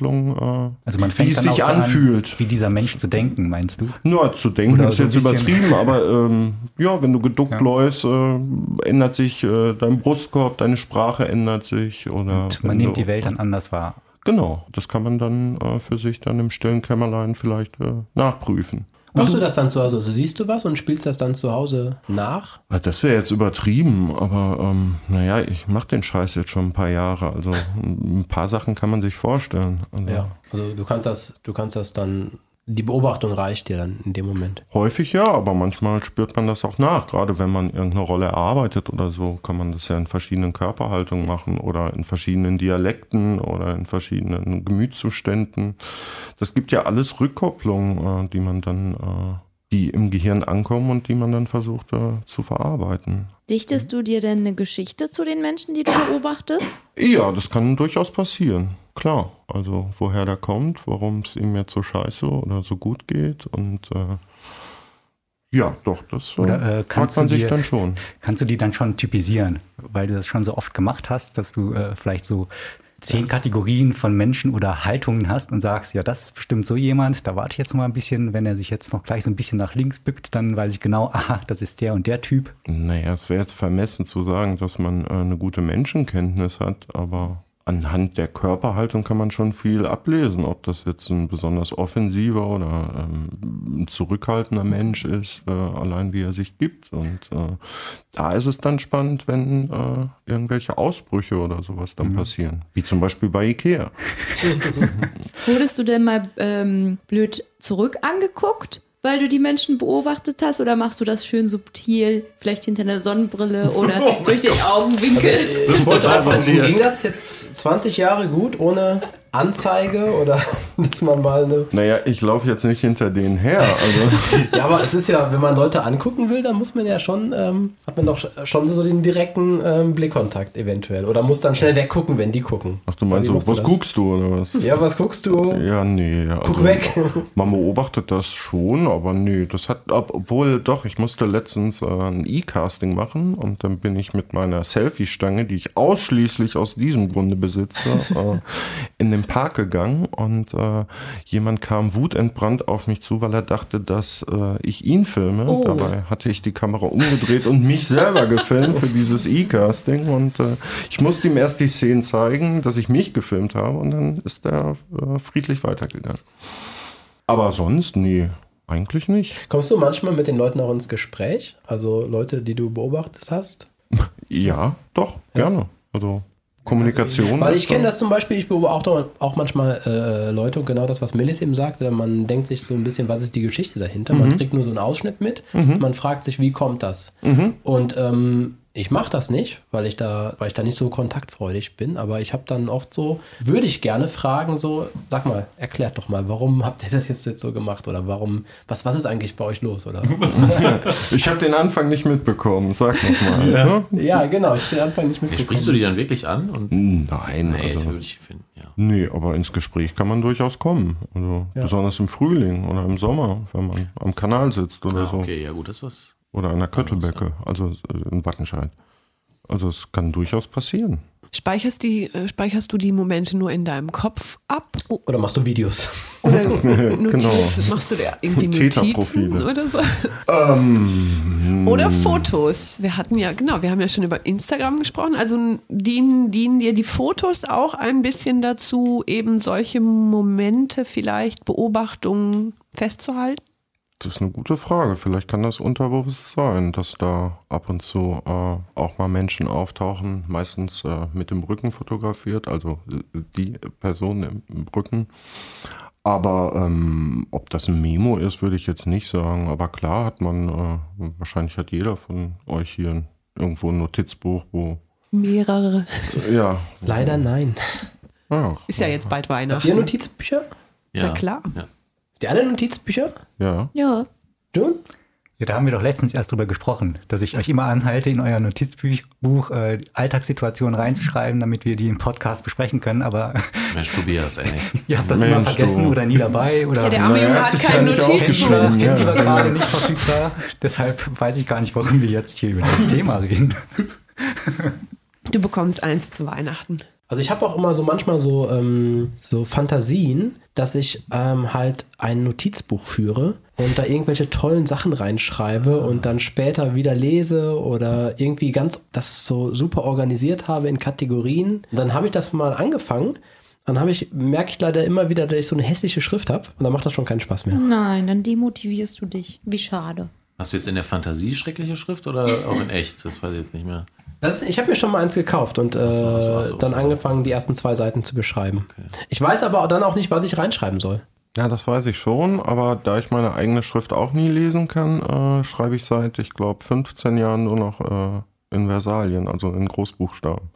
Speaker 7: Rückkopplung, äh,
Speaker 1: Also man
Speaker 7: wie
Speaker 1: fängt
Speaker 7: es
Speaker 1: dann auch
Speaker 7: sich
Speaker 1: so
Speaker 7: anfühlt.
Speaker 1: An, wie dieser Mensch zu denken, meinst du?
Speaker 7: Nur zu denken
Speaker 1: Oder
Speaker 7: ist
Speaker 1: so ein
Speaker 7: jetzt
Speaker 1: bisschen-
Speaker 7: übertrieben, aber ähm, ja, wenn du geduckt läufst, äh, ändert sich äh, dein Brustkorb, deine Sprache ändert sich. Oder
Speaker 1: Und
Speaker 7: wenn
Speaker 1: man nimmt
Speaker 7: du-
Speaker 1: die Welt dann anders wahr.
Speaker 7: Genau, das kann man dann äh, für sich dann im stillen Kämmerlein vielleicht äh, nachprüfen.
Speaker 8: Machst du das dann zu Hause? Also siehst du was und spielst das dann zu Hause nach?
Speaker 7: Ah, Das wäre jetzt übertrieben, aber ähm, naja, ich mache den Scheiß jetzt schon ein paar Jahre. Also ein paar Sachen kann man sich vorstellen. Also,
Speaker 8: Ja. Also du kannst das, du kannst das dann, die Beobachtung reicht dir dann in dem Moment.
Speaker 7: Häufig ja, aber manchmal spürt man das auch nach. Gerade wenn man irgendeine Rolle erarbeitet oder so, kann man das ja in verschiedenen Körperhaltungen machen oder in verschiedenen Dialekten oder in verschiedenen Gemütszuständen. Das gibt ja alles Rückkopplungen, äh, die man dann, äh, die im Gehirn ankommen und die man dann versucht äh, zu verarbeiten.
Speaker 6: Dichtest du dir denn eine Geschichte zu den Menschen, die du beobachtest?
Speaker 7: Ja, das kann durchaus passieren. Klar. Also woher der kommt, warum es ihm jetzt so scheiße oder so gut geht und äh, ja, doch, das äh,
Speaker 1: Oder, äh,
Speaker 7: fragt
Speaker 1: kannst
Speaker 7: man
Speaker 1: du
Speaker 7: sich
Speaker 1: dir-
Speaker 7: dann schon.
Speaker 1: Kannst du die dann schon typisieren, weil du das schon so oft gemacht hast, dass du äh, vielleicht so zehn Kategorien von Menschen oder Haltungen hast und sagst, ja, das ist bestimmt so jemand, da warte ich jetzt mal ein bisschen, wenn er sich jetzt noch gleich so ein bisschen nach links bückt, dann weiß ich genau, aha, das ist der und der Typ.
Speaker 7: Naja, es wäre jetzt vermessen zu sagen, dass man äh, eine gute Menschenkenntnis hat, aber anhand der Körperhaltung kann man schon viel ablesen, ob das jetzt ein besonders offensiver oder ähm, ein zurückhaltender Mensch ist, äh, allein wie er sich gibt. Und äh, da ist es dann spannend, wenn äh, irgendwelche Ausbrüche oder sowas
Speaker 8: Mhm.
Speaker 7: dann passieren. Wie zum Beispiel bei Ikea.
Speaker 6: Wurdest du denn mal ähm, blöd zurück angeguckt, weil du die Menschen beobachtet hast? Oder machst du das schön subtil, vielleicht hinter einer Sonnenbrille oder durch den
Speaker 8: Also, äh,
Speaker 6: Augenwinkel?
Speaker 5: Das wurde transportiert.
Speaker 8: Ging das jetzt 20 Jahre gut ohne Anzeige oder dass man mal eine.
Speaker 7: Naja, ich laufe jetzt nicht hinter denen her. Also,
Speaker 8: Ja, aber es ist ja, wenn man Leute angucken will, dann muss man ja schon, ähm, hat man doch schon so den direkten ähm, Blickkontakt eventuell. Oder muss dann schnell weggucken, wenn die gucken.
Speaker 7: ach, du meinst
Speaker 8: Wie
Speaker 7: so,
Speaker 8: machst du
Speaker 7: was
Speaker 8: das?
Speaker 7: guckst du oder was?
Speaker 8: Ja, was guckst du?
Speaker 7: Ja, nee.
Speaker 8: Guck
Speaker 7: also-
Speaker 8: weg.
Speaker 7: Man beobachtet das schon, aber nee, das hat, ob- obwohl doch, ich musste letztens äh, ein E-Casting machen und dann bin ich mit meiner Selfie-Stange, die ich ausschließlich aus diesem Grunde besitze, äh, in den Park gegangen und äh, jemand kam wutentbrannt auf mich zu, weil er dachte, dass äh, ich ihn filme.
Speaker 8: Oh.
Speaker 7: Dabei hatte ich die Kamera umgedreht und mich selber gefilmt für dieses E-Casting und äh, ich musste ihm erst die Szenen zeigen, dass ich mich gefilmt habe und dann ist er äh, friedlich weitergegangen. Aber sonst, nee, eigentlich nicht.
Speaker 8: Kommst du manchmal mit den Leuten auch ins Gespräch? Also Leute, die du beobachtet hast?
Speaker 7: Ja, doch, gerne. Also Kommunikation.
Speaker 8: Weil ich
Speaker 7: ist,
Speaker 8: kenne
Speaker 7: äh,
Speaker 8: das zum Beispiel, ich beobachte auch manchmal äh, Leute und genau das, was Melis eben sagte, man denkt sich so ein bisschen, was ist die Geschichte dahinter? Man kriegt nur so einen Ausschnitt mit, man fragt sich, wie kommt das? Und ähm, ich mache das nicht, weil ich da, weil ich da nicht so kontaktfreudig bin, aber ich habe dann oft so, würde ich gerne fragen, so, sag mal, erklärt doch mal, warum habt ihr das jetzt, jetzt so gemacht oder warum, was, was ist eigentlich bei euch los? Oder?
Speaker 7: Ich habe den Anfang nicht mitbekommen, sag nochmal. ja. ne?
Speaker 8: ja, genau, ich bin Anfang nicht
Speaker 5: Hey,
Speaker 8: mitgekommen.
Speaker 5: sprichst du die dann wirklich an? Und
Speaker 7: Nein,
Speaker 5: nee, das
Speaker 7: also.
Speaker 5: würde ich finden, ja.
Speaker 7: Nee, aber ins Gespräch kann man durchaus kommen. Also besonders im Frühling oder im Sommer, wenn man am Kanal sitzt oder
Speaker 5: Ah,
Speaker 7: so.
Speaker 5: okay, ja gut, das war's.
Speaker 7: Oder an der Köttelbecke, also äh, in Wattenscheid. Also es kann durchaus passieren.
Speaker 2: Speicherst, die, äh, speicherst du die Momente nur in deinem Kopf ab? Oh, O-
Speaker 8: Oder machst du Videos?
Speaker 2: Oder Notiz,
Speaker 7: Genau.
Speaker 2: machst du dir irgendwie Notizen
Speaker 7: Täterprofile.
Speaker 2: oder so?
Speaker 7: Ähm,
Speaker 2: Oder Fotos. Wir hatten ja, genau, wir haben ja schon über Instagram gesprochen. Also dienen, dienen dir die Fotos auch ein bisschen dazu, eben solche Momente vielleicht, Beobachtungen festzuhalten?
Speaker 7: Das ist eine gute Frage. Vielleicht kann das unterbewusst sein, dass da ab und zu äh, auch mal Menschen auftauchen, meistens äh, mit dem Rücken fotografiert, also äh, die Person im, im Rücken. Aber ähm, ob das ein Memo ist, würde ich jetzt nicht sagen. Aber klar hat man, äh, wahrscheinlich hat jeder von euch hier irgendwo ein Notizbuch, wo.
Speaker 2: Mehrere.
Speaker 7: Ja.
Speaker 8: Leider nein.
Speaker 7: Ja,
Speaker 2: Ist ja jetzt bald
Speaker 8: Habt ihr
Speaker 2: Weihnachten.
Speaker 8: Notizbücher?
Speaker 5: Ja.
Speaker 2: Na klar.
Speaker 5: Ja.
Speaker 8: Die anderen Notizbücher?
Speaker 7: ja.
Speaker 6: Ja.
Speaker 8: June?
Speaker 1: Ja, da haben wir doch letztens erst drüber gesprochen, dass ich euch immer anhalte, in euer Notizbuch äh, Alltagssituationen reinzuschreiben, damit wir die im Podcast besprechen können, aber
Speaker 5: Mensch, Tobias, ey.
Speaker 1: ihr habt das immer
Speaker 7: Mensch,
Speaker 1: vergessen
Speaker 7: du.
Speaker 1: oder nie dabei oder
Speaker 6: Ja, der arme
Speaker 7: Naja,
Speaker 6: Junge
Speaker 7: das
Speaker 6: hat
Speaker 7: ist ja
Speaker 6: kein
Speaker 7: nicht
Speaker 1: Handy
Speaker 6: Notizbuch.
Speaker 7: aufgeschrieben.
Speaker 1: war,
Speaker 7: Ja.
Speaker 1: Handy war gerade nicht verfügbar. Deshalb weiß ich gar nicht, warum wir jetzt hier über das Thema reden.
Speaker 2: Du bekommst eins zu Weihnachten.
Speaker 8: Also ich habe auch immer so manchmal so, ähm, so Fantasien, dass ich ähm, halt ein Notizbuch führe und da irgendwelche tollen Sachen reinschreibe und dann später wieder lese oder irgendwie ganz das so super organisiert habe in Kategorien. Und dann habe ich das mal angefangen dann habe ich, merke ich leider immer wieder, dass ich so eine hässliche Schrift habe und dann macht das schon keinen Spaß mehr.
Speaker 6: Nein, dann demotivierst du dich. Wie schade.
Speaker 5: Hast du jetzt in der Fantasie schreckliche Schrift oder auch in echt? Das weiß ich jetzt nicht mehr.
Speaker 8: Das, ich habe mir schon mal eins gekauft und äh,
Speaker 5: so, ach so, ach so,
Speaker 8: dann
Speaker 5: so.
Speaker 8: angefangen, die ersten zwei Seiten zu beschreiben. Ich weiß aber dann auch nicht, was ich reinschreiben soll.
Speaker 7: Ja, das weiß ich schon, aber da ich meine eigene Schrift auch nie lesen kann, äh, schreibe ich seit, ich glaube, 15 Jahren nur noch äh, in Versalien, also in Großbuchstaben.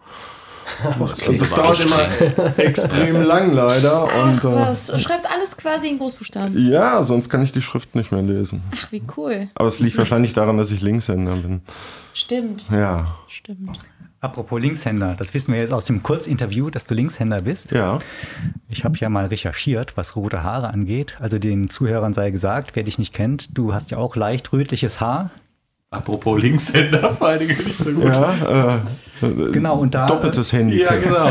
Speaker 7: Und das
Speaker 5: war
Speaker 7: dauert immer extrem lang leider. Und, äh,
Speaker 6: Was? Du schreibst alles quasi in Großbuchstaben.
Speaker 7: ja, sonst kann ich die Schrift nicht mehr lesen.
Speaker 6: Ach, wie cool.
Speaker 7: Aber es liegt wahrscheinlich daran, dass ich Linkshänder bin.
Speaker 6: Stimmt.
Speaker 7: Ja,
Speaker 6: Stimmt.
Speaker 1: Apropos Linkshänder, das wissen wir jetzt aus dem Kurzinterview, dass du Linkshänder bist.
Speaker 7: ja.
Speaker 1: Ich habe ja mal recherchiert, was rote Haare angeht. Also den Zuhörern sei gesagt, wer dich nicht kennt, du hast ja auch leicht rötliches Haar.
Speaker 5: Apropos Linkshänder, vor allen Dingen nicht so gut.
Speaker 7: ja äh, äh,
Speaker 1: Genau, und da-
Speaker 7: Doppeltes Handy.
Speaker 5: Ja, genau.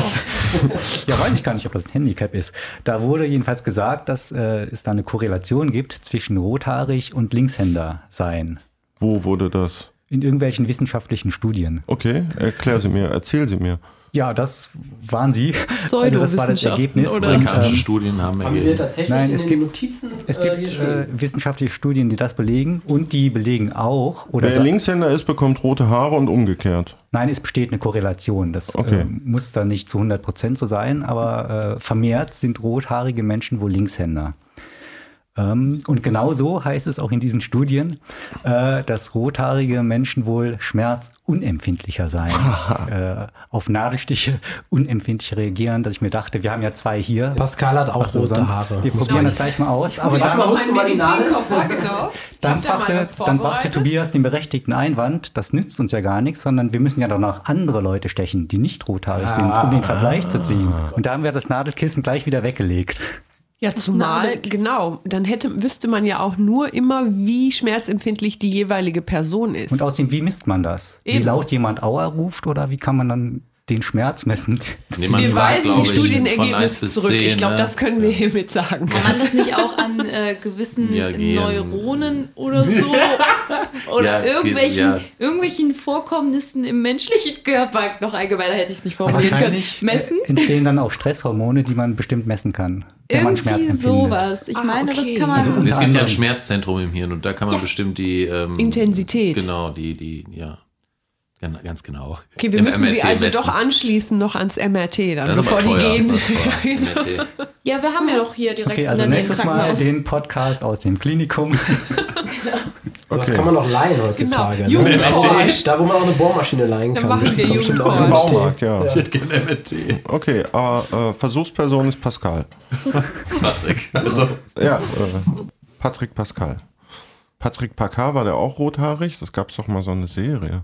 Speaker 1: Ja, weiß ich gar nicht, ob das ein Handicap ist. Da wurde jedenfalls gesagt, dass äh, es da eine Korrelation gibt zwischen rothaarig und Linkshänder sein.
Speaker 7: Wo wurde das?
Speaker 1: In irgendwelchen wissenschaftlichen Studien.
Speaker 7: Okay, erklär sie mir, erzähl sie mir.
Speaker 1: Ja, das waren sie. Also das war das
Speaker 6: Pseudowissenschaften,
Speaker 1: Ergebnis.
Speaker 6: oder?
Speaker 1: Und,
Speaker 5: Amerikanische
Speaker 1: ähm,
Speaker 5: Studien haben ergeben.
Speaker 8: tatsächlich
Speaker 1: Nein, in es den gibt-
Speaker 8: Notizen
Speaker 1: es gibt äh, wissenschaftliche Studien, die das belegen und die belegen auch, oder
Speaker 7: Wer
Speaker 1: sa-
Speaker 7: Linkshänder ist, bekommt rote Haare und umgekehrt.
Speaker 1: Nein, es besteht eine Korrelation. Das
Speaker 7: Okay.
Speaker 1: ähm, muss dann nicht zu 100 Prozent so sein, aber äh, vermehrt sind rothaarige Menschen wohl Linkshänder. Ähm, und genau so heißt es auch in diesen Studien, äh, dass rothaarige Menschen wohl schmerzunempfindlicher sein, äh, auf Nadelstiche unempfindlich reagieren, dass ich mir dachte, wir haben ja zwei hier.
Speaker 8: Pascal hat auch
Speaker 1: Also
Speaker 8: rote
Speaker 1: sonst-
Speaker 8: Haare.
Speaker 1: Wir
Speaker 8: Muss
Speaker 1: probieren
Speaker 8: man-
Speaker 1: das gleich mal aus. Aber
Speaker 8: Warte
Speaker 1: dann,
Speaker 8: mal, holst du mal die Nadel?
Speaker 2: gekauft.
Speaker 1: dann brachte, dann brachte Tobias den berechtigten Einwand, das nützt uns ja gar nichts, sondern wir müssen ja danach andere Leute stechen, die nicht rothaarig sind, um den Vergleich zu ziehen. Und da haben wir das Nadelkissen gleich wieder weggelegt.
Speaker 2: Ja, zumal, genau, dann hätte, wüsste man ja auch nur immer, wie schmerzempfindlich die jeweilige Person ist.
Speaker 1: Und außerdem, wie misst man das? Wie
Speaker 2: Eben.
Speaker 1: laut jemand Aua ruft oder wie kann man dann den Schmerz messen?
Speaker 5: Nee, man
Speaker 2: wir
Speaker 5: fragt,
Speaker 2: weisen
Speaker 5: glaub
Speaker 2: die
Speaker 5: ich, von eins
Speaker 2: Studienergebnisse
Speaker 5: bis
Speaker 2: zurück. ich
Speaker 5: zehn,
Speaker 2: glaube,
Speaker 5: ne?
Speaker 2: das können wir hiermit sagen.
Speaker 6: Kann man das nicht auch an äh, gewissen
Speaker 5: Ja, gehen.
Speaker 6: Neuronen oder so oder
Speaker 5: Ja, geht,
Speaker 6: irgendwelchen,
Speaker 5: ja.
Speaker 6: irgendwelchen Vorkommnissen im menschlichen Körper noch allgemeiner hätte ich es nicht formulieren können.
Speaker 1: Wahrscheinlich äh,
Speaker 6: Messen?
Speaker 1: entstehen dann auch Stresshormone, die man bestimmt messen kann, wenn man Schmerz
Speaker 6: Irgendwie
Speaker 1: empfindet.
Speaker 6: sowas. Ich
Speaker 2: Ah,
Speaker 6: meine,
Speaker 2: okay.
Speaker 6: das kann man.
Speaker 1: Also
Speaker 5: Und es gibt ja
Speaker 1: anderem.
Speaker 5: ein Schmerzzentrum im Hirn und da kann man bestimmt die ähm,
Speaker 2: Intensität.
Speaker 5: Genau, die, die, ja. Gan- Ganz genau.
Speaker 2: Okay, wir
Speaker 5: Im
Speaker 2: müssen sie
Speaker 5: MRT
Speaker 2: also
Speaker 5: messen.
Speaker 2: doch anschließen noch ans MRT, dann,
Speaker 5: Das ist
Speaker 2: bevor
Speaker 5: aber
Speaker 2: die
Speaker 5: teuer.
Speaker 2: gehen.
Speaker 5: Das ist teuer. MRT.
Speaker 6: Ja, wir haben ja doch hier direkt
Speaker 1: Okay, also
Speaker 6: in der Nähe ein
Speaker 1: nächstes Mal
Speaker 6: Krankenhaus.
Speaker 1: den Podcast aus dem Klinikum.
Speaker 8: Das kann man noch leihen heutzutage.
Speaker 2: Genau.
Speaker 8: Ne?
Speaker 2: Jugendforscht.
Speaker 8: Da, wo man auch eine Bohrmaschine leihen
Speaker 2: Dann
Speaker 8: kann.
Speaker 2: machen wir
Speaker 8: Das sind auch-
Speaker 7: Im
Speaker 2: Jugendforscht.
Speaker 7: Baumarkt, ja.
Speaker 2: Genau.
Speaker 5: Ich hätte gerne MRT.
Speaker 7: Okay, aber äh, Versuchsperson ist Pascal.
Speaker 5: Patrick. Also,
Speaker 7: Ja, äh, Patrick Pascal. Patrick Pacar war der auch rothaarig? Das gab es doch mal so eine Serie.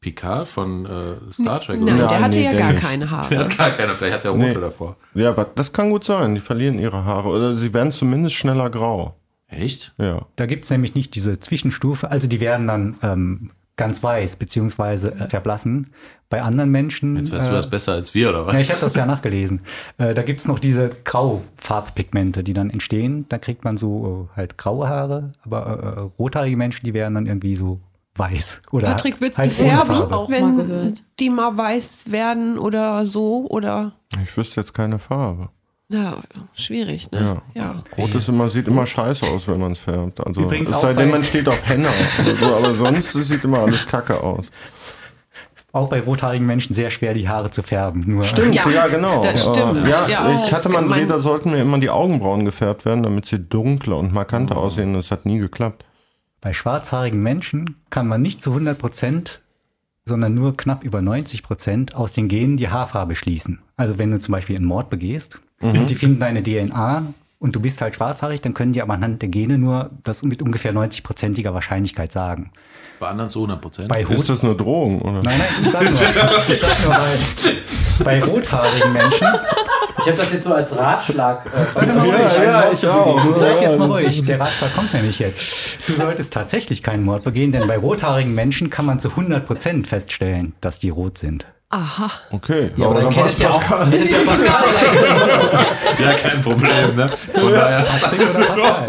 Speaker 5: Picard von äh, Star Trek.
Speaker 2: Nein,
Speaker 5: oder?
Speaker 2: der hatte
Speaker 7: nee,
Speaker 2: ja
Speaker 7: der
Speaker 2: gar
Speaker 7: nicht.
Speaker 2: keine Haare.
Speaker 5: Der hat gar keiner. Vielleicht hat er Rote
Speaker 7: Nee.
Speaker 5: davor.
Speaker 7: Ja, wa- das kann gut sein. Die verlieren ihre Haare oder sie werden zumindest schneller grau.
Speaker 5: Echt?
Speaker 7: Ja.
Speaker 1: Da gibt es nämlich nicht diese Zwischenstufe, also die werden dann ähm, ganz weiß beziehungsweise äh, verblassen. Bei anderen Menschen. Äh,
Speaker 5: Jetzt weißt du das besser als wir, oder was?
Speaker 1: ja, ich habe das ja nachgelesen. Äh, da gibt es noch diese Graufarbpigmente, die dann entstehen. Da kriegt man so äh, halt graue Haare, aber äh, äh, rothaarige Menschen, die werden dann irgendwie so weiß. Oder
Speaker 2: Patrick, willst
Speaker 1: halt
Speaker 2: du
Speaker 1: ohne
Speaker 2: färben,
Speaker 1: Farbe.
Speaker 6: auch mal
Speaker 2: wenn
Speaker 6: gehört.
Speaker 2: die mal weiß werden oder so? Oder,
Speaker 7: Ich wüsste jetzt keine Farbe.
Speaker 2: na, schwierig, ne? Ja.
Speaker 7: Rot ist immer, sieht immer scheiße aus, wenn man es färbt. Also,
Speaker 1: Übrigens
Speaker 7: es
Speaker 1: auch
Speaker 7: sei denn,
Speaker 1: bei-
Speaker 7: man steht auf Henna oder so, aber sonst sieht immer alles kacke aus.
Speaker 1: Auch bei rothaarigen Menschen sehr schwer, die Haare zu färben. Nur
Speaker 7: Stimmt, ja,
Speaker 6: Ja,
Speaker 7: genau.
Speaker 2: das stimmt.
Speaker 7: Äh, ja,
Speaker 2: Ja,
Speaker 7: ich hatte
Speaker 2: das
Speaker 7: mal einen
Speaker 2: kann
Speaker 7: Dreh,
Speaker 2: man-
Speaker 7: da sollten mir immer die Augenbrauen gefärbt werden, damit sie dunkler und
Speaker 2: Oh.
Speaker 7: markanter aussehen. Das hat nie geklappt.
Speaker 1: Bei schwarzhaarigen Menschen kann man nicht zu 100 Prozent, sondern nur knapp über 90 Prozent aus den Genen die Haarfarbe schließen. Also wenn du zum Beispiel einen Mord begehst
Speaker 7: Mhm.
Speaker 1: und die finden deine DNA und du bist halt schwarzhaarig, dann können die aber anhand der Gene nur das mit ungefähr 90-prozentiger Wahrscheinlichkeit sagen.
Speaker 5: Bei anderen zu 100 Prozent.
Speaker 1: Bei
Speaker 7: Ist
Speaker 1: Rot
Speaker 7: das eine Drohung, oder?
Speaker 1: Nein, nein, ich sag nur, ich sag nur bei, bei rothaarigen Menschen.
Speaker 8: Ich habe das jetzt so als Ratschlag. Äh,
Speaker 1: Sag mal ruhig.
Speaker 7: ja, ich auch.
Speaker 1: Seid jetzt mal
Speaker 7: Oh. das-
Speaker 1: ruhig, der Ratschlag kommt nämlich jetzt. Du solltest tatsächlich keinen Mord begehen, denn bei rothaarigen Menschen kann man zu 100% feststellen, dass die rot sind.
Speaker 2: Aha.
Speaker 7: Okay,
Speaker 8: ja, aber dann
Speaker 7: war's
Speaker 8: kennt ja auch.
Speaker 7: Pascal.
Speaker 8: kennt ja Pascal.
Speaker 5: Ja, kein Problem, ne? Von daher.
Speaker 1: Patrick oder Pascal?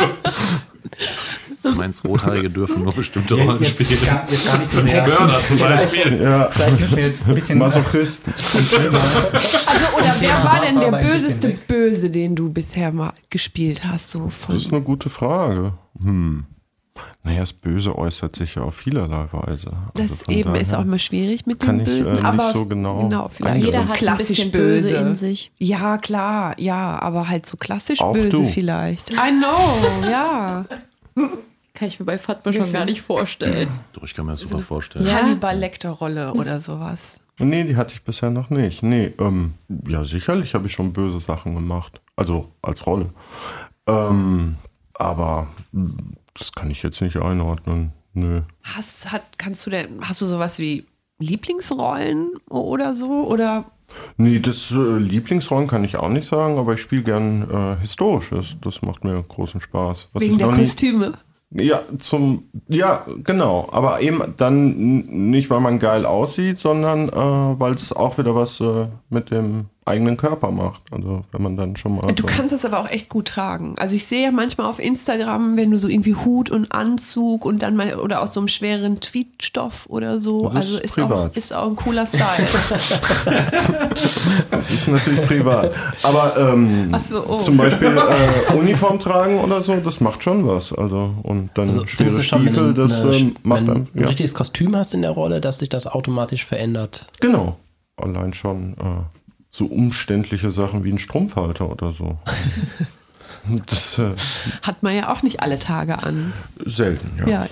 Speaker 5: Du meinst, Rothaarige dürfen nur bestimmte Rollen
Speaker 1: Jetzt,
Speaker 5: spielen.
Speaker 1: jetzt, gar, jetzt gar nicht so sehr.
Speaker 5: Mörder zum Beispiel.
Speaker 7: Ja,
Speaker 1: Vielleicht müssen wir jetzt ein bisschen
Speaker 7: Masochisten.
Speaker 2: Also, oder wer war denn der
Speaker 1: Aber ein bisschen
Speaker 2: böseste
Speaker 1: weg.
Speaker 2: Böse, den du bisher mal gespielt hast? So von
Speaker 7: Das ist eine gute Frage. Hm. Naja, das Böse äußert sich ja auf vielerlei Weise. Also
Speaker 2: das
Speaker 7: von
Speaker 2: eben ist
Speaker 7: daher-
Speaker 2: auch immer schwierig mit
Speaker 7: kann
Speaker 2: den
Speaker 7: ich, äh,
Speaker 2: Bösen,
Speaker 7: nicht
Speaker 2: aber
Speaker 7: so genau
Speaker 2: vielleicht
Speaker 1: also
Speaker 7: Jeder
Speaker 2: so
Speaker 6: hat ein
Speaker 2: klassisch
Speaker 6: bisschen
Speaker 2: böse
Speaker 6: Böse in sich.
Speaker 2: Ja, klar, ja, aber halt so klassisch
Speaker 7: Auch
Speaker 2: böse
Speaker 7: du.
Speaker 2: vielleicht. I know, ja.
Speaker 6: Kann ich mir bei Fatma schon gar nicht vorstellen.
Speaker 5: Doch, ich kann mir das super vorstellen.
Speaker 6: Ja.
Speaker 2: Hannibal Lecter Rolle oder sowas.
Speaker 7: Nee, die hatte ich bisher noch nicht. Nee, ähm, ja, sicherlich habe ich schon böse Sachen gemacht. Also als Rolle. Ähm, aber mh, das kann ich jetzt nicht einordnen. Nö.
Speaker 2: Hast, hat, kannst du denn, hast du sowas wie Lieblingsrollen oder so? Oder
Speaker 7: Nee, das äh, Lieblingsrollen kann ich auch nicht sagen, aber ich spiele gern äh, Historisches. Das macht mir großen Spaß. Was
Speaker 2: wegen
Speaker 7: ich
Speaker 2: der
Speaker 7: noch nicht-
Speaker 2: Kostüme?
Speaker 7: Ja, zum, ja, genau. Aber eben dann n- nicht, weil man geil aussieht, sondern äh, weil es auch wieder was äh, mit dem eigenen Körper macht. Also wenn man dann schon mal.
Speaker 2: Du
Speaker 7: so-
Speaker 2: kannst das aber auch echt gut tragen. Also ich sehe ja manchmal auf Instagram, wenn du so irgendwie Hut und Anzug und dann mal oder aus so einem schweren Tweetstoff oder so.
Speaker 7: Das ist
Speaker 2: also ist
Speaker 7: privat.
Speaker 2: auch, ist auch ein cooler Style.
Speaker 7: das ist natürlich privat. Aber ähm,
Speaker 2: Ach so, oh.
Speaker 7: zum Beispiel äh, Uniform tragen oder so, das macht schon was. Also und dann
Speaker 8: Also findest du
Speaker 7: schwere
Speaker 8: schon, äh, wenn
Speaker 7: Stiefel,
Speaker 8: du
Speaker 7: das
Speaker 8: eine,
Speaker 7: ähm, macht
Speaker 8: wenn
Speaker 7: einem.
Speaker 8: ein
Speaker 7: Ja,
Speaker 8: richtiges Kostüm hast in der Rolle, dass sich das automatisch verändert.
Speaker 7: genau. Allein schon äh, so umständliche Sachen wie ein Strumpfhalter oder so. das äh,
Speaker 2: Hat man ja auch nicht alle Tage an.
Speaker 7: selten, ja.
Speaker 2: Ja.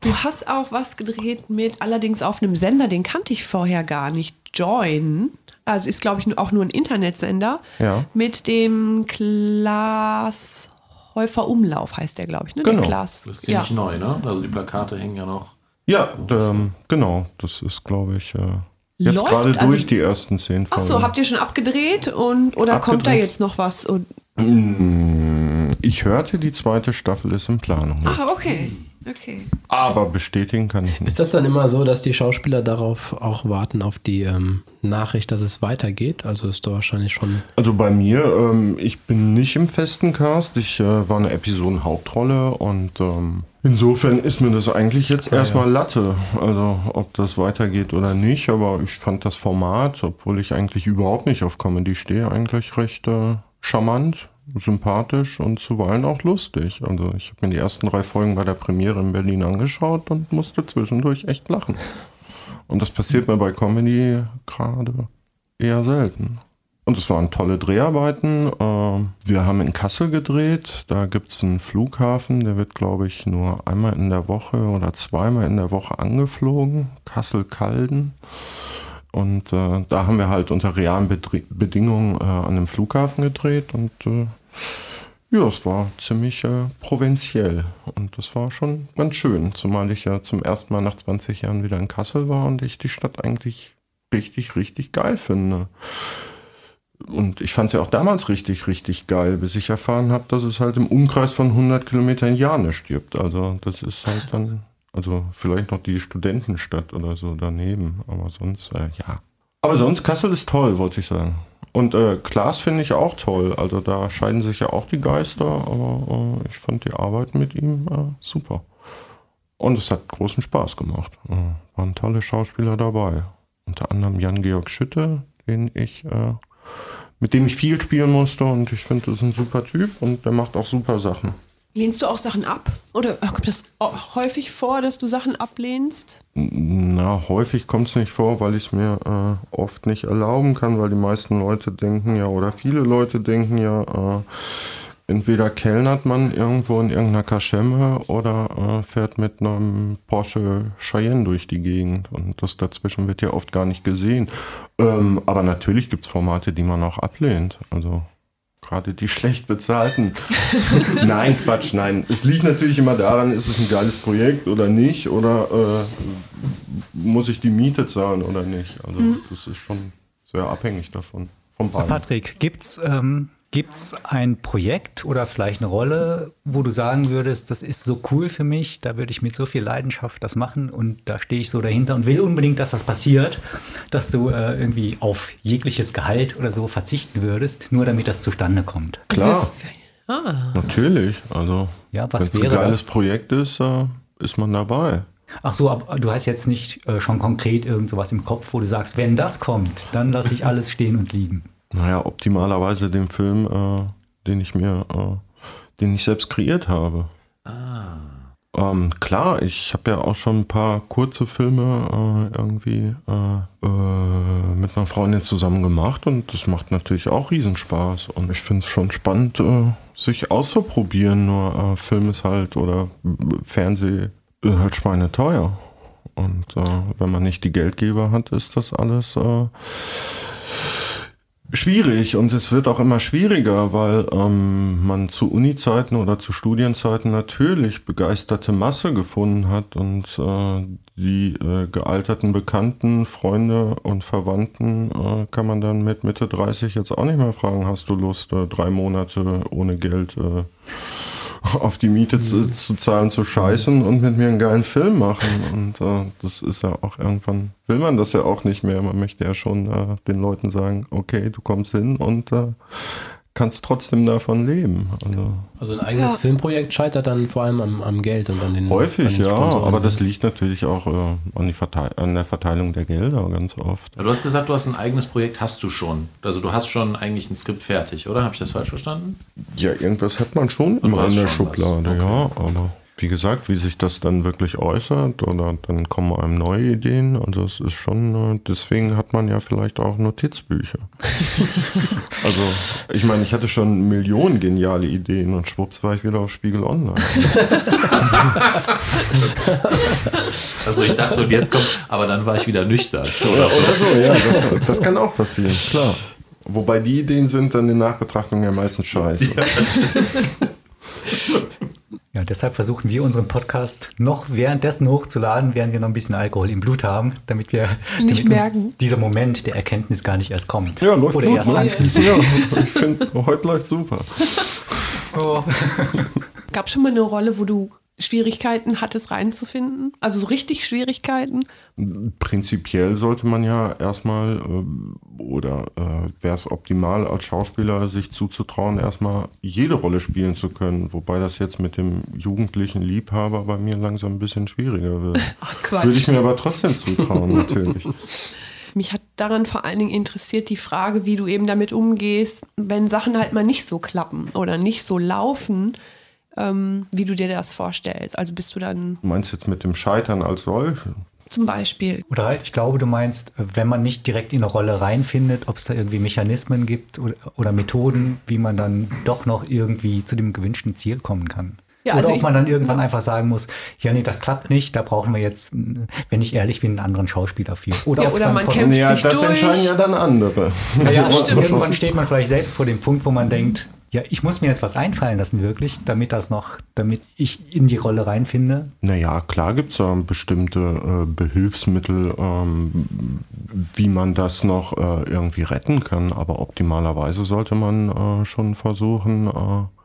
Speaker 2: Du hast auch was gedreht mit, allerdings auf einem Sender, den kannte ich vorher gar nicht, Join. Also ist, glaube ich, auch nur ein Internetsender.
Speaker 7: Ja.
Speaker 2: Mit dem Klaas Häufer Umlauf heißt der, glaube ich. Ne?
Speaker 7: Genau.
Speaker 2: Der Klaas,
Speaker 5: Das ist
Speaker 2: ja.
Speaker 5: ziemlich neu, ne? Also die Plakate hängen ja noch.
Speaker 7: Ja, ähm, genau. Das ist, glaube ich, äh, jetzt
Speaker 2: Läuft,
Speaker 7: gerade durch
Speaker 2: also-
Speaker 7: die ersten zehn Folgen.
Speaker 2: Ach so, habt ihr schon abgedreht und oder kommt da
Speaker 7: Abgedreht.
Speaker 2: jetzt noch was? Und,
Speaker 7: Ich hörte, die zweite Staffel ist in Planung.
Speaker 2: ah, okay. Okay.
Speaker 7: Aber bestätigen kann ich nicht.
Speaker 8: Ist das dann immer so, dass die Schauspieler darauf auch warten, auf die ähm, Nachricht, dass es weitergeht? Also ist da wahrscheinlich schon.
Speaker 7: Also bei mir, ähm, ich bin nicht im festen Cast. Ich äh, war eine Episodenhauptrolle und ähm, insofern ist mir das eigentlich jetzt erstmal Latte. Also ob das weitergeht oder nicht, aber ich fand das Format, obwohl ich eigentlich überhaupt nicht auf Comedy stehe, eigentlich recht äh, charmant, sympathisch und zuweilen auch lustig. Also ich habe mir die ersten drei Folgen bei der Premiere in Berlin angeschaut und musste zwischendurch echt lachen. Und das passiert mir bei Comedy gerade eher selten. Und es waren tolle Dreharbeiten. Ähm, Wir haben in Kassel gedreht. Da gibt es einen Flughafen, der wird, glaube ich, nur einmal in der Woche oder zweimal in der Woche angeflogen. Kassel-Calden. Und äh, da haben wir halt unter realen Bedri Bedingungen äh, an einem Flughafen gedreht. Und äh, ja, es war ziemlich äh, provinziell. Und das war schon ganz schön. Zumal ich ja zum ersten Mal nach 20 Jahren wieder in Kassel war und ich die Stadt eigentlich richtig, richtig geil finde. Und ich fand es ja auch damals richtig, richtig geil, bis ich erfahren habe, dass es halt im Umkreis von 100 Kilometern Jane stirbt. Also das ist halt dann, also vielleicht noch die Studentenstadt oder so daneben, aber sonst, äh, ja. Aber sonst, Kassel ist toll, wollte ich sagen. Und äh, Klaas finde ich auch toll. Also da scheiden sich ja auch die Geister, aber äh, ich fand die Arbeit mit ihm äh, super. Und es hat großen Spaß gemacht. Äh, waren tolle Schauspieler dabei. Unter anderem Jan-Georg Schütte, den ich äh, mit dem ich viel spielen musste und ich finde, das ist ein super Typ und der macht auch super Sachen.
Speaker 2: Lehnst du auch Sachen ab? Oder kommt das oh, häufig vor, dass du Sachen ablehnst?
Speaker 7: Na, häufig kommt es nicht vor, weil ich es mir äh, oft nicht erlauben kann, weil die meisten Leute denken ja, oder viele Leute denken ja, äh, entweder kellnert man irgendwo in irgendeiner Kaschemme oder äh, fährt mit einem Porsche Cheyenne durch die Gegend und das dazwischen wird ja oft gar nicht gesehen. Ähm, aber natürlich gibt es Formate, die man auch ablehnt. Also Gerade die schlecht bezahlten. nein, Quatsch, nein. Es liegt natürlich immer daran, ist es ein geiles Projekt oder nicht? Oder äh, muss ich die Miete zahlen oder nicht? Also das ist schon sehr abhängig davon. Vom Bein.
Speaker 1: Patrick, gibt's, ähm, gibt's ein Projekt oder vielleicht eine Rolle, wo du sagen würdest, das ist so cool für mich, da würde ich mit so viel Leidenschaft das machen und da stehe ich so dahinter und will unbedingt, dass das passiert, dass du äh, irgendwie auf jegliches Gehalt oder so verzichten würdest, nur damit das zustande kommt.
Speaker 7: Klar. Natürlich. Also,
Speaker 1: Ja, was
Speaker 7: wenn es ein
Speaker 1: wäre
Speaker 7: geiles
Speaker 1: das?
Speaker 7: Projekt ist, äh, ist man dabei.
Speaker 1: Ach so, aber du hast jetzt nicht äh, schon konkret irgend sowas im Kopf, wo du sagst, wenn das kommt, dann lasse ich alles stehen und liegen.
Speaker 7: Naja, optimalerweise den Film, äh, den ich mir, äh, den ich selbst kreiert habe. Ähm, klar, ich habe ja auch schon ein paar kurze Filme äh, irgendwie äh, äh, mit einer Freundin zusammen gemacht und das macht natürlich auch Riesenspaß. Und ich finde es schon spannend, äh, sich auszuprobieren. Nur äh, Film ist halt oder Fernseh äh, halt schweineteuer. Und äh, wenn man nicht die Geldgeber hat, ist das alles äh, schwierig und es wird auch immer schwieriger, weil ähm, man zu Uni-Zeiten oder zu Studienzeiten natürlich begeisterte Masse gefunden hat und äh, die äh, gealterten Bekannten, Freunde und Verwandten äh, kann man dann mit Mitte 30 jetzt auch nicht mehr fragen, hast du Lust, äh, drei Monate ohne Geld äh, auf die Miete zu, zu zahlen, zu scheißen und mit mir einen geilen Film machen. Und äh, das ist ja auch irgendwann, will man das ja auch nicht mehr. Man möchte ja schon äh, den Leuten sagen, okay, du kommst hin und äh, kannst trotzdem davon leben. Also
Speaker 8: Also ein eigenes Filmprojekt scheitert dann vor allem am, am Geld und an den an
Speaker 7: häufig,
Speaker 8: den
Speaker 7: ja,
Speaker 8: Sponsoren.
Speaker 7: aber das liegt natürlich auch äh, an, die Verteil an der Verteilung der Gelder ganz oft.
Speaker 5: Du hast gesagt, du hast ein eigenes Projekt, hast du schon. Also du hast schon eigentlich ein Skript fertig, oder? Habe ich das falsch verstanden?
Speaker 7: Ja, irgendwas hat man schon immer
Speaker 5: hast
Speaker 7: in der
Speaker 5: schon was.
Speaker 7: Schublade,
Speaker 5: Okay.
Speaker 7: ja, aber wie gesagt, wie sich das dann wirklich äußert oder dann kommen einem neue Ideen, also es ist schon, äh, deswegen hat man ja vielleicht auch Notizbücher. also, ich meine, ich hatte schon Millionen geniale Ideen und schwupps war ich wieder auf Spiegel Online.
Speaker 5: Also ich dachte, und jetzt kommt, aber dann war ich wieder nüchtern.
Speaker 7: Oder, oder so, ja, das, das kann auch passieren, klar. Wobei die Ideen sind dann in Nachbetrachtung ja meistens scheiße.
Speaker 1: Ja, deshalb versuchen wir unseren Podcast noch währenddessen hochzuladen, während wir noch ein bisschen Alkohol im Blut haben, damit wir
Speaker 2: Nicht
Speaker 1: damit
Speaker 2: merken.
Speaker 1: dieser Moment der Erkenntnis gar nicht erst kommt.
Speaker 7: Ja, läuft
Speaker 1: Oder
Speaker 7: gut.
Speaker 1: erst
Speaker 7: Ne?
Speaker 1: anschließend.
Speaker 7: Ja, ich finde, heute läuft super.
Speaker 1: Oh.
Speaker 2: Gab schon mal eine Rolle, wo du Schwierigkeiten hattest reinzufinden? Also so richtig Schwierigkeiten?
Speaker 7: Prinzipiell sollte man ja erstmal, äh, oder äh, wäre es optimal als Schauspieler, sich zuzutrauen, erstmal jede Rolle spielen zu können. Wobei das jetzt mit dem jugendlichen Liebhaber bei mir langsam ein bisschen schwieriger wird.
Speaker 2: Ach
Speaker 7: Würde ich
Speaker 2: Quatsch.
Speaker 7: mir aber trotzdem zutrauen, natürlich.
Speaker 2: Mich hat daran vor allen Dingen interessiert die Frage, wie du eben damit umgehst, wenn Sachen halt mal nicht so klappen oder nicht so laufen, ähm, wie du dir das vorstellst. Also bist du dann
Speaker 7: Du meinst jetzt mit dem Scheitern als solche?
Speaker 2: zum Beispiel
Speaker 1: Oder halt, ich glaube, du meinst, wenn man nicht direkt in eine Rolle reinfindet, ob es da irgendwie Mechanismen gibt oder, oder Methoden, wie man dann doch noch irgendwie zu dem gewünschten Ziel kommen kann.
Speaker 2: Ja,
Speaker 1: oder
Speaker 2: also
Speaker 1: ob
Speaker 2: ich-
Speaker 1: man dann irgendwann einfach sagen muss, ja, nee, das klappt nicht, da brauchen wir jetzt, wenn ich ehrlich bin, einen anderen Schauspieler für. Oder,
Speaker 2: Ja,
Speaker 1: ob's
Speaker 2: oder
Speaker 1: dann
Speaker 2: man
Speaker 1: trotzdem-
Speaker 2: kämpft
Speaker 7: Ja,
Speaker 2: sich
Speaker 7: das
Speaker 2: durch.
Speaker 7: entscheiden ja dann andere.
Speaker 1: Ja,
Speaker 2: das stimmt.
Speaker 1: irgendwann steht man vielleicht selbst vor dem Punkt, wo man denkt, ja, ich muss mir jetzt was einfallen lassen, wirklich, damit das noch, damit ich in die Rolle reinfinde.
Speaker 7: Naja, klar gibt es da bestimmte äh, Behilfsmittel, ähm, wie man das noch äh, irgendwie retten kann, aber optimalerweise sollte man äh, schon versuchen, äh,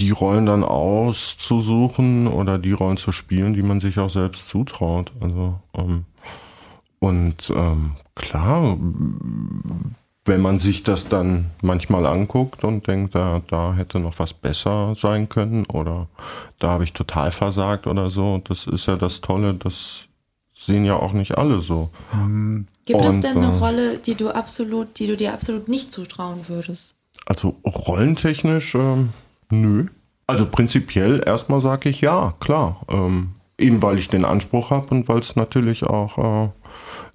Speaker 7: die Rollen dann auszusuchen oder die Rollen zu spielen, die man sich auch selbst zutraut. Also, ähm, und ähm, klar, wenn man sich das dann manchmal anguckt und denkt, da, da hätte noch was besser sein können oder da habe ich total versagt oder so, das ist ja das Tolle, das sehen ja auch nicht alle so.
Speaker 6: Gibt es
Speaker 7: Und,
Speaker 6: denn eine
Speaker 7: äh,
Speaker 6: Rolle, die du absolut, die du dir absolut nicht zutrauen würdest?
Speaker 7: Also rollentechnisch, ähm, nö. Also prinzipiell erstmal sage ich ja, klar. Ähm, eben weil ich den Anspruch habe und weil es natürlich auch äh,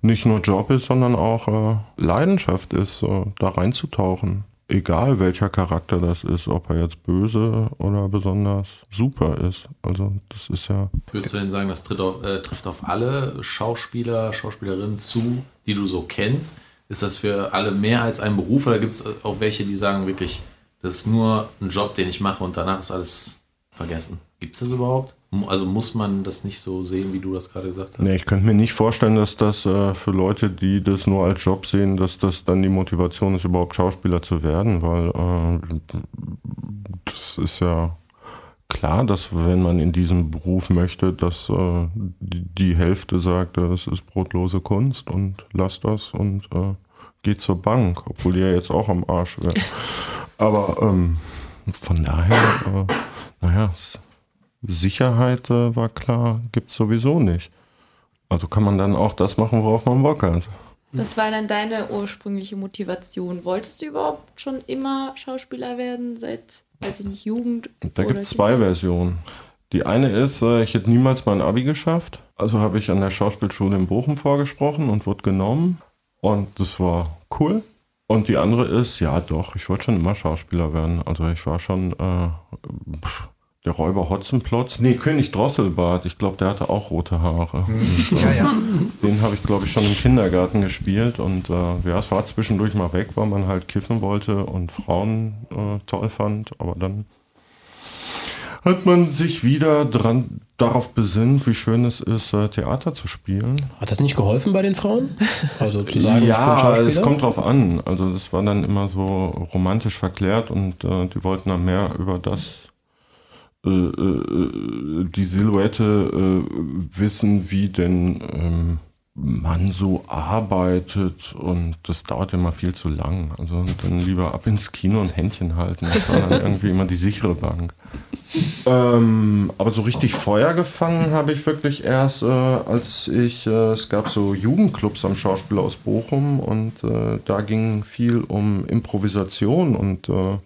Speaker 7: nicht nur Job ist, sondern auch äh, Leidenschaft ist, äh, da reinzutauchen. Egal welcher Charakter das ist, ob er jetzt böse oder besonders super ist. Also das ist ja
Speaker 5: Würdest du denn sagen, das tritt auf, äh, trifft auf alle Schauspieler, Schauspielerinnen zu, die du so kennst? Ist das für alle mehr als ein Beruf oder gibt es auch welche, die sagen wirklich, das ist nur ein Job, den ich mache und danach ist alles vergessen? Gibt es das überhaupt? Mu- Also muss man das nicht so sehen, wie du das gerade gesagt hast?
Speaker 7: Nee, ich könnte mir nicht vorstellen, dass das äh, für Leute, die das nur als Job sehen, dass das dann die Motivation ist, überhaupt Schauspieler zu werden, weil äh, das ist ja klar, dass wenn man in diesem Beruf möchte, dass äh, die, die Hälfte sagt, äh, das ist brotlose Kunst und lass das und äh, geh zur Bank, obwohl die ja jetzt auch am Arsch wäre. Aber ähm, Und von daher, äh, naja, S- Sicherheit äh, war klar, gibt es sowieso nicht. Also kann man dann auch das machen, worauf man Bock hat.
Speaker 6: Was war dann deine ursprüngliche Motivation? Wolltest du überhaupt schon immer Schauspieler werden, seit, weiß ich nicht, Jugend?
Speaker 7: Da
Speaker 6: oder
Speaker 7: gibt es zwei
Speaker 6: Kindheit?
Speaker 7: Versionen. Die eine ist, äh, ich hätte niemals mein Abi geschafft. Also habe ich an der Schauspielschule in Bochum vorgesprochen und wurde genommen. Und das war cool. Und die andere ist, ja doch, ich wollte schon immer Schauspieler werden. Also ich war schon äh, pf, der Räuber Hotzenplotz. Nee, König Drosselbart. Ich glaube, der hatte auch rote Haare. Und, äh,
Speaker 9: Ja, ja.
Speaker 7: Den habe ich, glaube ich, schon im Kindergarten gespielt. Und äh, ja, es war zwischendurch mal weg, weil man halt kiffen wollte und Frauen äh, toll fand. Aber dann hat man sich wieder dran, darauf besinnt, wie schön es ist, äh, Theater zu spielen.
Speaker 8: Hat das nicht geholfen bei den Frauen? Also zu sagen, ich bin
Speaker 7: ja,
Speaker 8: Schauspieler?
Speaker 7: es kommt drauf an. Also das war dann immer so romantisch verklärt und äh, die wollten dann mehr über das, äh, äh, äh, die Silhouette äh, wissen, wie denn ähm, man so arbeitet und das dauert immer viel zu lang. Also dann lieber ab ins Kino und Händchen halten. Das war dann irgendwie immer die sichere Bank. Ähm, aber so richtig Feuer gefangen habe ich wirklich erst, äh, als ich, äh, es gab so Jugendclubs am Schauspieler aus Bochum und äh, da ging viel um Improvisation und äh,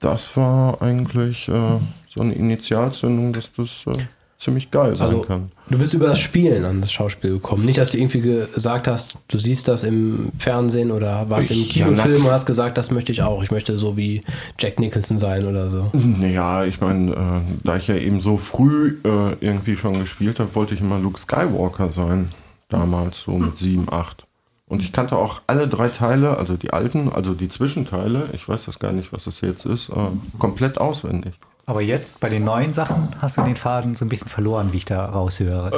Speaker 7: das war eigentlich äh, so eine Initialzündung, dass das äh, ziemlich geil sein
Speaker 8: Also,
Speaker 7: kann.
Speaker 8: du bist über das Spielen an das Schauspiel gekommen. Nicht, dass du irgendwie gesagt hast, du siehst das im Fernsehen oder warst im
Speaker 7: Ich- ja, na-
Speaker 8: Kinofilm und hast gesagt, das möchte ich auch. Ich möchte so wie Jack Nicholson sein oder so.
Speaker 7: Naja, ich meine, äh, da ich ja eben so früh äh, irgendwie schon gespielt habe, wollte ich immer Luke Skywalker sein. Damals so mit 7, 8. Und ich kannte auch alle drei Teile, also die alten, also die Zwischenteile, ich weiß das gar nicht, was das jetzt ist, äh, komplett auswendig.
Speaker 9: Aber jetzt bei den neuen Sachen hast du den Faden so ein bisschen verloren, wie ich da raushöre.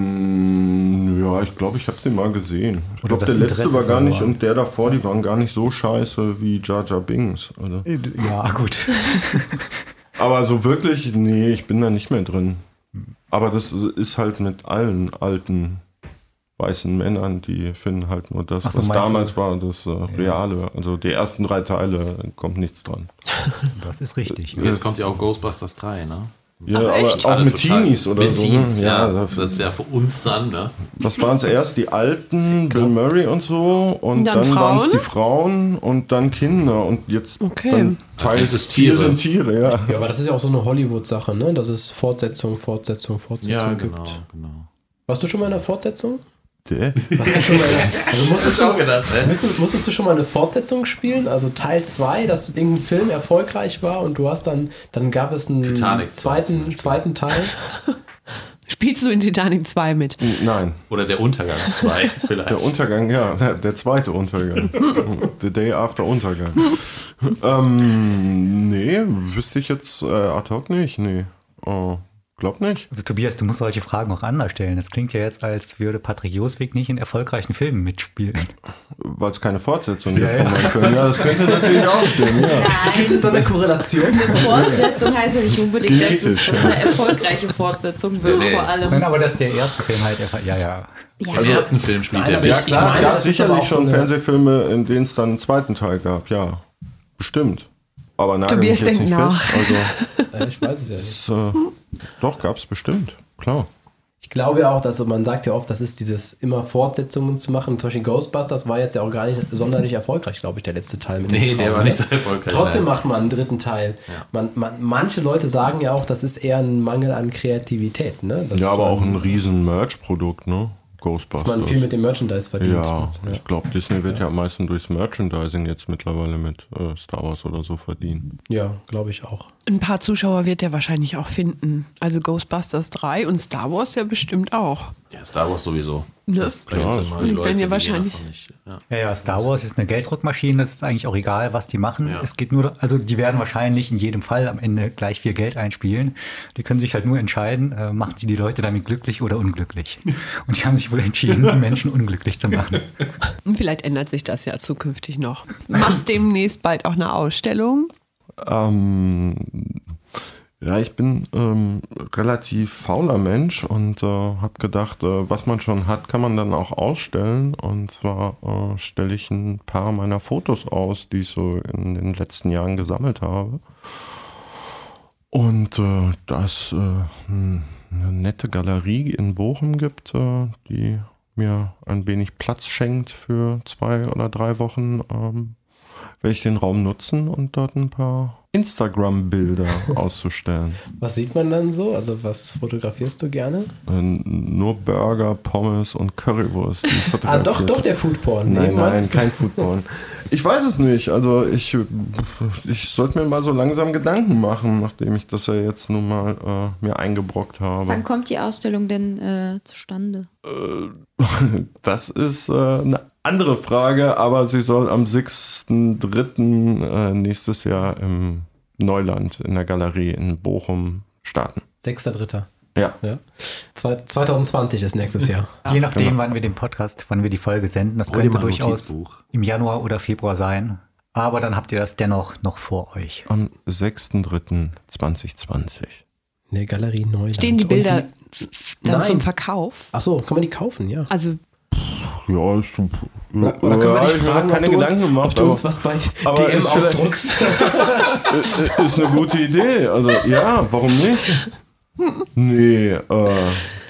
Speaker 7: Ähm, ja, ich glaube, ich habe sie mal gesehen. Ich
Speaker 9: Oder
Speaker 7: glaube,
Speaker 9: das
Speaker 7: der letzte
Speaker 9: Interesse
Speaker 7: war gar nicht
Speaker 9: verloren.
Speaker 7: und der davor, die waren gar nicht so scheiße wie Jar Jar Bings. Also.
Speaker 5: Äh,
Speaker 9: Ja, gut.
Speaker 7: Aber so wirklich, nee, ich bin da nicht mehr drin. Aber das ist halt mit allen alten weißen Männern, die finden halt nur das,
Speaker 9: Ach so,
Speaker 7: was
Speaker 9: meinst du?
Speaker 7: damals war, das äh, Reale. Also die ersten drei Teile kommt nichts dran.
Speaker 9: Das ist richtig.
Speaker 7: Das-
Speaker 5: Jetzt kommt ja auch Ghostbusters 3, ne?
Speaker 7: Ja,
Speaker 6: Ach,
Speaker 7: aber
Speaker 6: echt?
Speaker 7: auch
Speaker 5: Alle
Speaker 7: mit
Speaker 5: total-
Speaker 7: Teenies oder
Speaker 5: mit
Speaker 7: so.
Speaker 5: Teens,
Speaker 7: ne?
Speaker 5: ja.
Speaker 7: das-
Speaker 5: Das ist ja für uns dann, ne?
Speaker 7: Was waren es erst? Die Alten, Bill Murray und so. Und
Speaker 2: Dann
Speaker 7: dann, waren es
Speaker 2: Frauen?
Speaker 7: die Frauen und dann Kinder. Und jetzt
Speaker 2: Okay.
Speaker 7: dann
Speaker 5: Als
Speaker 7: Teil
Speaker 5: nächstes
Speaker 7: des Tiere
Speaker 5: Tiere.
Speaker 7: sind Tiere, ja.
Speaker 8: Ja, aber das ist ja auch so eine Hollywood-Sache, ne? dass es Fortsetzung, Fortsetzung, Fortsetzung gibt.
Speaker 5: genau.
Speaker 8: Warst du schon mal in einer Fortsetzung?
Speaker 7: Dä?
Speaker 8: Warst du schon mal in einer, also musstest,
Speaker 5: Ich
Speaker 8: du,
Speaker 5: auch gedacht, ne?
Speaker 8: musstest, musstest du schon mal eine Fortsetzung spielen? Also Teil 2, dass irgendein Film erfolgreich war und du hast dann, dann gab es einen
Speaker 5: Titanic zwei zum
Speaker 8: zweiten, zweiten
Speaker 5: Beispiel.
Speaker 8: Teil.
Speaker 2: Spielst du in Titanic 2 mit?
Speaker 7: Nein.
Speaker 5: Oder der Untergang 2 vielleicht.
Speaker 7: Der Untergang, ja, der, der zweite Untergang. The day after Untergang. ähm, nee, wüsste ich jetzt äh, ad hoc nicht, nee. Oh, glaub nicht.
Speaker 9: Also Tobias, du musst solche Fragen auch anders stellen. Das klingt ja jetzt, als würde Patrick Joswig nicht in erfolgreichen Filmen mitspielen.
Speaker 7: Weil es keine Fortsetzung gibt von meinem Film. Ja, das könnte natürlich auch stimmen, ja.
Speaker 8: Gibt es da eine Korrelation?
Speaker 6: Eine Fortsetzung heißt ja nicht unbedingt, dass es
Speaker 7: Genetisch, ja.
Speaker 6: eine erfolgreiche Fortsetzung wird,
Speaker 5: Nee, nee.
Speaker 6: vor allem.
Speaker 9: Nein, aber dass der erste Film halt erfolgreich. Ja, ja.
Speaker 6: Ja,
Speaker 5: Im ersten Film spielt
Speaker 8: Nein,
Speaker 5: er
Speaker 8: aber
Speaker 5: mit.
Speaker 7: Ja, klar,
Speaker 8: meine,
Speaker 7: es gab
Speaker 8: das ist aber
Speaker 7: sicherlich
Speaker 8: auch so
Speaker 7: schon
Speaker 8: eine-
Speaker 7: Fernsehfilme, in denen es dann einen zweiten Teil gab, ja. Bestimmt. Aber nagel mich
Speaker 2: Tobias
Speaker 7: jetzt
Speaker 2: denkt
Speaker 7: nicht
Speaker 2: nach.
Speaker 7: fest. Also,
Speaker 8: Ja, ich weiß es ja nicht.
Speaker 7: es, äh, doch, gab es bestimmt. Klar.
Speaker 8: Ich glaube ja auch, dass also man sagt ja oft, das ist dieses immer Fortsetzungen zu machen. Zum Beispiel Ghostbusters war jetzt ja auch gar nicht sonderlich erfolgreich, glaube ich, der letzte Teil. Mit den
Speaker 5: Nee, der
Speaker 8: Frauen,
Speaker 5: war
Speaker 8: ne?
Speaker 5: nicht so erfolgreich.
Speaker 8: Trotzdem
Speaker 5: nein.
Speaker 8: macht man einen dritten Teil. Man, man, manche Leute sagen ja auch, das ist eher ein Mangel an Kreativität. Ne? Das
Speaker 7: Ja, aber auch ein
Speaker 8: man,
Speaker 7: riesen Merch-Produkt, ne?
Speaker 8: dass man viel
Speaker 7: Ghostbusters.
Speaker 8: mit dem Merchandise verdient.
Speaker 7: Ja, ich glaube, Disney wird ja am meisten durchs Merchandising jetzt mittlerweile mit äh, Star Wars oder so verdienen.
Speaker 8: ja glaube ich auch.
Speaker 2: Ein paar Zuschauer wird der wahrscheinlich auch finden. Also Ghostbusters 3 und Star Wars ja bestimmt auch.
Speaker 5: Ja, Star Wars sowieso.
Speaker 2: Ne?
Speaker 5: Da gibt's immer
Speaker 2: Und wenn ihr
Speaker 5: die
Speaker 2: wahrscheinlich-
Speaker 5: davon nicht- Ja.
Speaker 9: Ja, ja, Star
Speaker 10: Also
Speaker 9: Wars ist eine Gelddruckmaschine, es ist eigentlich auch egal, was die machen.
Speaker 5: Ja.
Speaker 9: Es geht nur, also die werden wahrscheinlich in jedem Fall am Ende gleich viel Geld einspielen. Die können sich halt nur entscheiden, äh, machen sie die Leute damit glücklich oder unglücklich. Und die haben sich wohl entschieden, die Menschen unglücklich zu machen.
Speaker 2: Und vielleicht ändert sich das ja zukünftig noch. Machst demnächst bald auch eine Ausstellung?
Speaker 7: Ähm, Ja, ich bin ähm, relativ fauler Mensch und äh, habe gedacht, äh, was man schon hat, kann man dann auch ausstellen. Und zwar äh, stelle ich ein paar meiner Fotos aus, die ich so in den letzten Jahren gesammelt habe. Und äh, da es äh, hm, eine nette Galerie in Bochum gibt, äh, die mir ein wenig Platz schenkt für zwei oder drei Wochen, ähm, werde ich den Raum nutzen und dort ein paar Instagram-Bilder auszustellen.
Speaker 8: Was sieht man dann so? Also was fotografierst du gerne? Ah,
Speaker 7: Äh, nur Burger, Pommes und Currywurst. die ich
Speaker 8: Ah, doch,
Speaker 7: fotografiert
Speaker 8: doch der Foodporn.
Speaker 7: Nein,
Speaker 8: Mann,
Speaker 7: nein,
Speaker 8: das-
Speaker 7: kein Foodporn. Ich weiß es nicht. Also ich, ich sollte mir mal so langsam Gedanken machen, nachdem ich das ja jetzt nun mal äh, mir eingebrockt
Speaker 6: Wann
Speaker 7: habe.
Speaker 6: kommt die Ausstellung denn äh, zustande?
Speaker 7: Das ist äh, eine andere Frage, aber sie soll am 6.3. Äh, nächstes Jahr im Neuland in der Galerie in Bochum starten.
Speaker 8: Sechster, dritter.
Speaker 7: Ja.
Speaker 8: Ja. Zwei, 2020 ist nächstes Jahr.
Speaker 1: Je nachdem, wann wir den Podcast, wann wir die Folge senden. Das
Speaker 10: genau. Hol dir
Speaker 1: könnte
Speaker 10: mal ein
Speaker 1: durchaus
Speaker 10: Notizbuch.
Speaker 1: im Januar oder Februar sein. Aber dann habt ihr das dennoch noch vor euch.
Speaker 7: Am 6.3.2020.
Speaker 8: In der Galerie Neuland.
Speaker 4: Stehen die
Speaker 8: Und
Speaker 4: Bilder f- dann
Speaker 8: Nein.
Speaker 4: zum Verkauf?
Speaker 8: Achso, kann man die kaufen, ja.
Speaker 4: Also
Speaker 7: Ja, ist schon.
Speaker 8: Oder, oder können wir dich fragen,
Speaker 7: keine
Speaker 8: ob, du
Speaker 7: Gedanken
Speaker 8: uns,
Speaker 7: gemacht,
Speaker 8: ob du
Speaker 7: aber-
Speaker 8: uns was bei
Speaker 7: aber
Speaker 8: DM
Speaker 7: ist vielleicht-
Speaker 8: ausdruckst?
Speaker 7: Äh, ist eine gute Idee. Also ja, warum nicht? Nee, äh,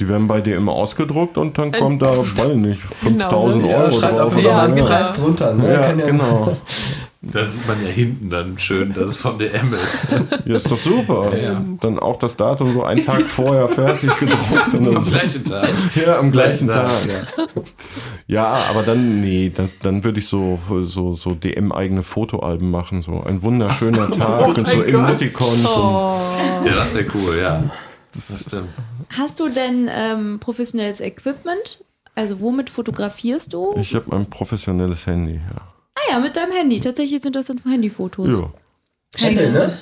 Speaker 7: die werden bei dir immer ausgedruckt und dann kommt da, weiß nicht,
Speaker 4: ne?
Speaker 8: Äh,
Speaker 7: 5000
Speaker 8: genau, Ja,
Speaker 7: Euro
Speaker 8: schreibt
Speaker 7: drauf.
Speaker 8: einfach
Speaker 7: oder
Speaker 8: mal einen
Speaker 7: mehr.
Speaker 8: Preis drunter. Ne?
Speaker 7: Ja,
Speaker 8: Kann
Speaker 7: genau.
Speaker 5: Dann sieht man ja hinten dann schön, dass es vom DM ist.
Speaker 7: Ja, ist doch super.
Speaker 8: Ja.
Speaker 7: Dann auch das Datum so einen Tag vorher fertig gedruckt. Und
Speaker 5: Am
Speaker 7: dann,
Speaker 5: gleichen Tag.
Speaker 7: ja, am gleichen Tag.
Speaker 5: ja.
Speaker 7: Ja, aber dann, nee, dann, dann würde ich so, so, so DM-eigene Fotoalben machen. So ein wunderschöner Tag und so
Speaker 5: Oh mein Gott. Oh.
Speaker 7: Emoticons. Und
Speaker 5: Ja, das wäre cool, ja. Das stimmt.
Speaker 6: Hast du denn ähm, professionelles Equipment? Also womit fotografierst du?
Speaker 7: ich habe ein professionelles Handy. Ja.
Speaker 6: ah ja, mit deinem Handy. Tatsächlich sind das dann Handyfotos.
Speaker 7: ja.
Speaker 8: Apple, ne?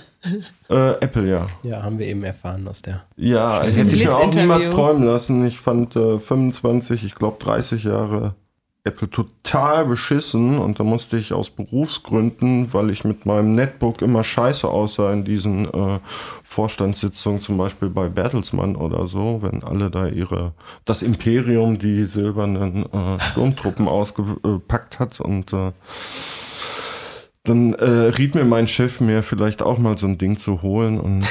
Speaker 7: Äh, Apple, ja.
Speaker 8: Ja, haben wir eben erfahren aus der.
Speaker 7: Ja, das
Speaker 4: ein
Speaker 7: hätte ich mir auch
Speaker 4: Blitzinterview.
Speaker 7: niemals träumen lassen. Ich fand äh, 25, ich glaube 30 Jahre Apple total beschissen und da musste ich aus Berufsgründen, weil ich mit meinem Netbook immer scheiße aussah in diesen äh, Vorstandssitzungen, zum Beispiel bei Bertelsmann oder so, wenn alle da ihre, das Imperium, die silbernen äh, Sturmtruppen ausgepackt hat und äh, dann äh, riet mir mein Chef, mir vielleicht auch mal so ein Ding zu holen und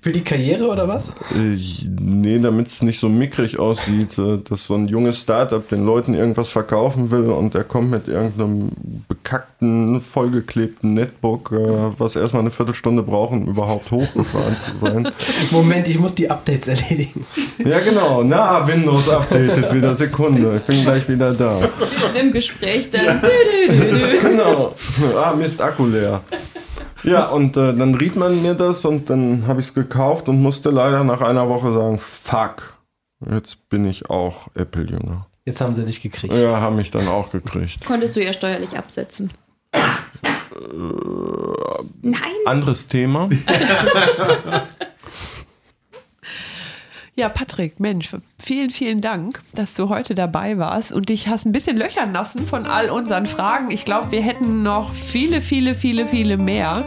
Speaker 8: Für die Karriere oder was?
Speaker 7: Ich, nee, damit es nicht so mickrig aussieht, äh, dass so ein junges Startup den Leuten irgendwas verkaufen will und der kommt mit irgendeinem bekackten, vollgeklebten Netbook, äh, was erstmal eine Viertelstunde braucht, um überhaupt hochgefahren zu sein.
Speaker 8: Moment, ich muss die Updates erledigen.
Speaker 7: Ja, genau. Na, Windows updated wieder. Sekunde. Ich bin gleich wieder da.
Speaker 8: ne?
Speaker 6: Im Gespräch dann. Dü, dü, dü, dü.
Speaker 7: Genau. Ah, Mist, Akku leer. Ja, und äh, dann riet man mir das und dann habe ich es gekauft und musste leider nach einer Woche sagen, fuck, jetzt bin ich auch Apple-Jünger.
Speaker 8: Jetzt haben sie dich gekriegt.
Speaker 7: Ja, haben mich dann auch gekriegt.
Speaker 6: Konntest du ja steuerlich absetzen. Nein,
Speaker 7: Anderes Thema.
Speaker 4: Ja, Patrick, Mensch, vielen, vielen Dank, dass du heute dabei warst und dich hast ein bisschen löchern lassen von all unseren Fragen. Ich glaube, wir hätten noch viele, viele, viele, viele mehr.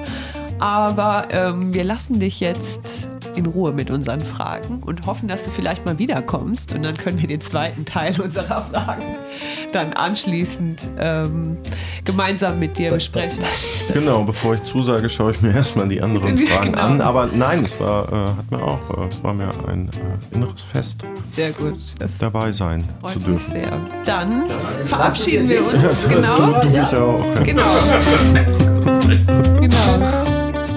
Speaker 4: Aber ähm, wir lassen dich jetzt in Ruhe mit unseren Fragen und hoffen, dass du vielleicht mal wiederkommst. Und dann können wir den zweiten Teil unserer Fragen dann anschließend ähm, gemeinsam mit dir besprechen.
Speaker 7: Genau, bevor ich zusage, schaue ich mir erstmal die anderen Fragen
Speaker 4: Genau.
Speaker 7: an. Aber nein, es war, äh, hat mir auch, äh, es war mir ein äh, inneres Fest,
Speaker 4: Sehr gut. Das
Speaker 7: dabei sein zu
Speaker 4: freut mich
Speaker 7: dürfen.
Speaker 4: sehr. Dann verabschieden wir uns. Genau.
Speaker 7: Du mich auch. ja.
Speaker 4: Genau. genau.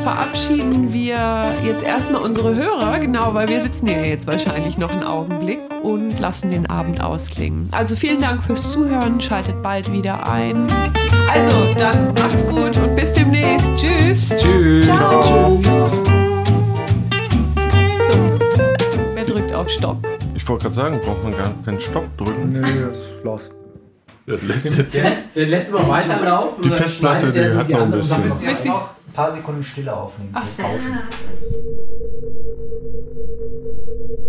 Speaker 4: Verabschieden wir jetzt erstmal unsere Hörer, genau, weil wir sitzen hier jetzt wahrscheinlich noch einen Augenblick und lassen den Abend ausklingen. Also vielen Dank fürs Zuhören, schaltet bald wieder ein. Also, dann macht's gut und bis demnächst. Tschüss. Tschüss. Ciao. So, wer drückt auf Stopp?
Speaker 7: Ich wollte gerade sagen, braucht man gar keinen Stopp drücken.
Speaker 1: Nö, das los.
Speaker 5: Das lässt jetzt
Speaker 8: Der lässt immer weiterlaufen.
Speaker 7: Die Festplatte, die hat noch ein bisschen.
Speaker 4: Bis die-
Speaker 1: Ein paar Sekunden Stille aufnehmen.
Speaker 4: Ach so.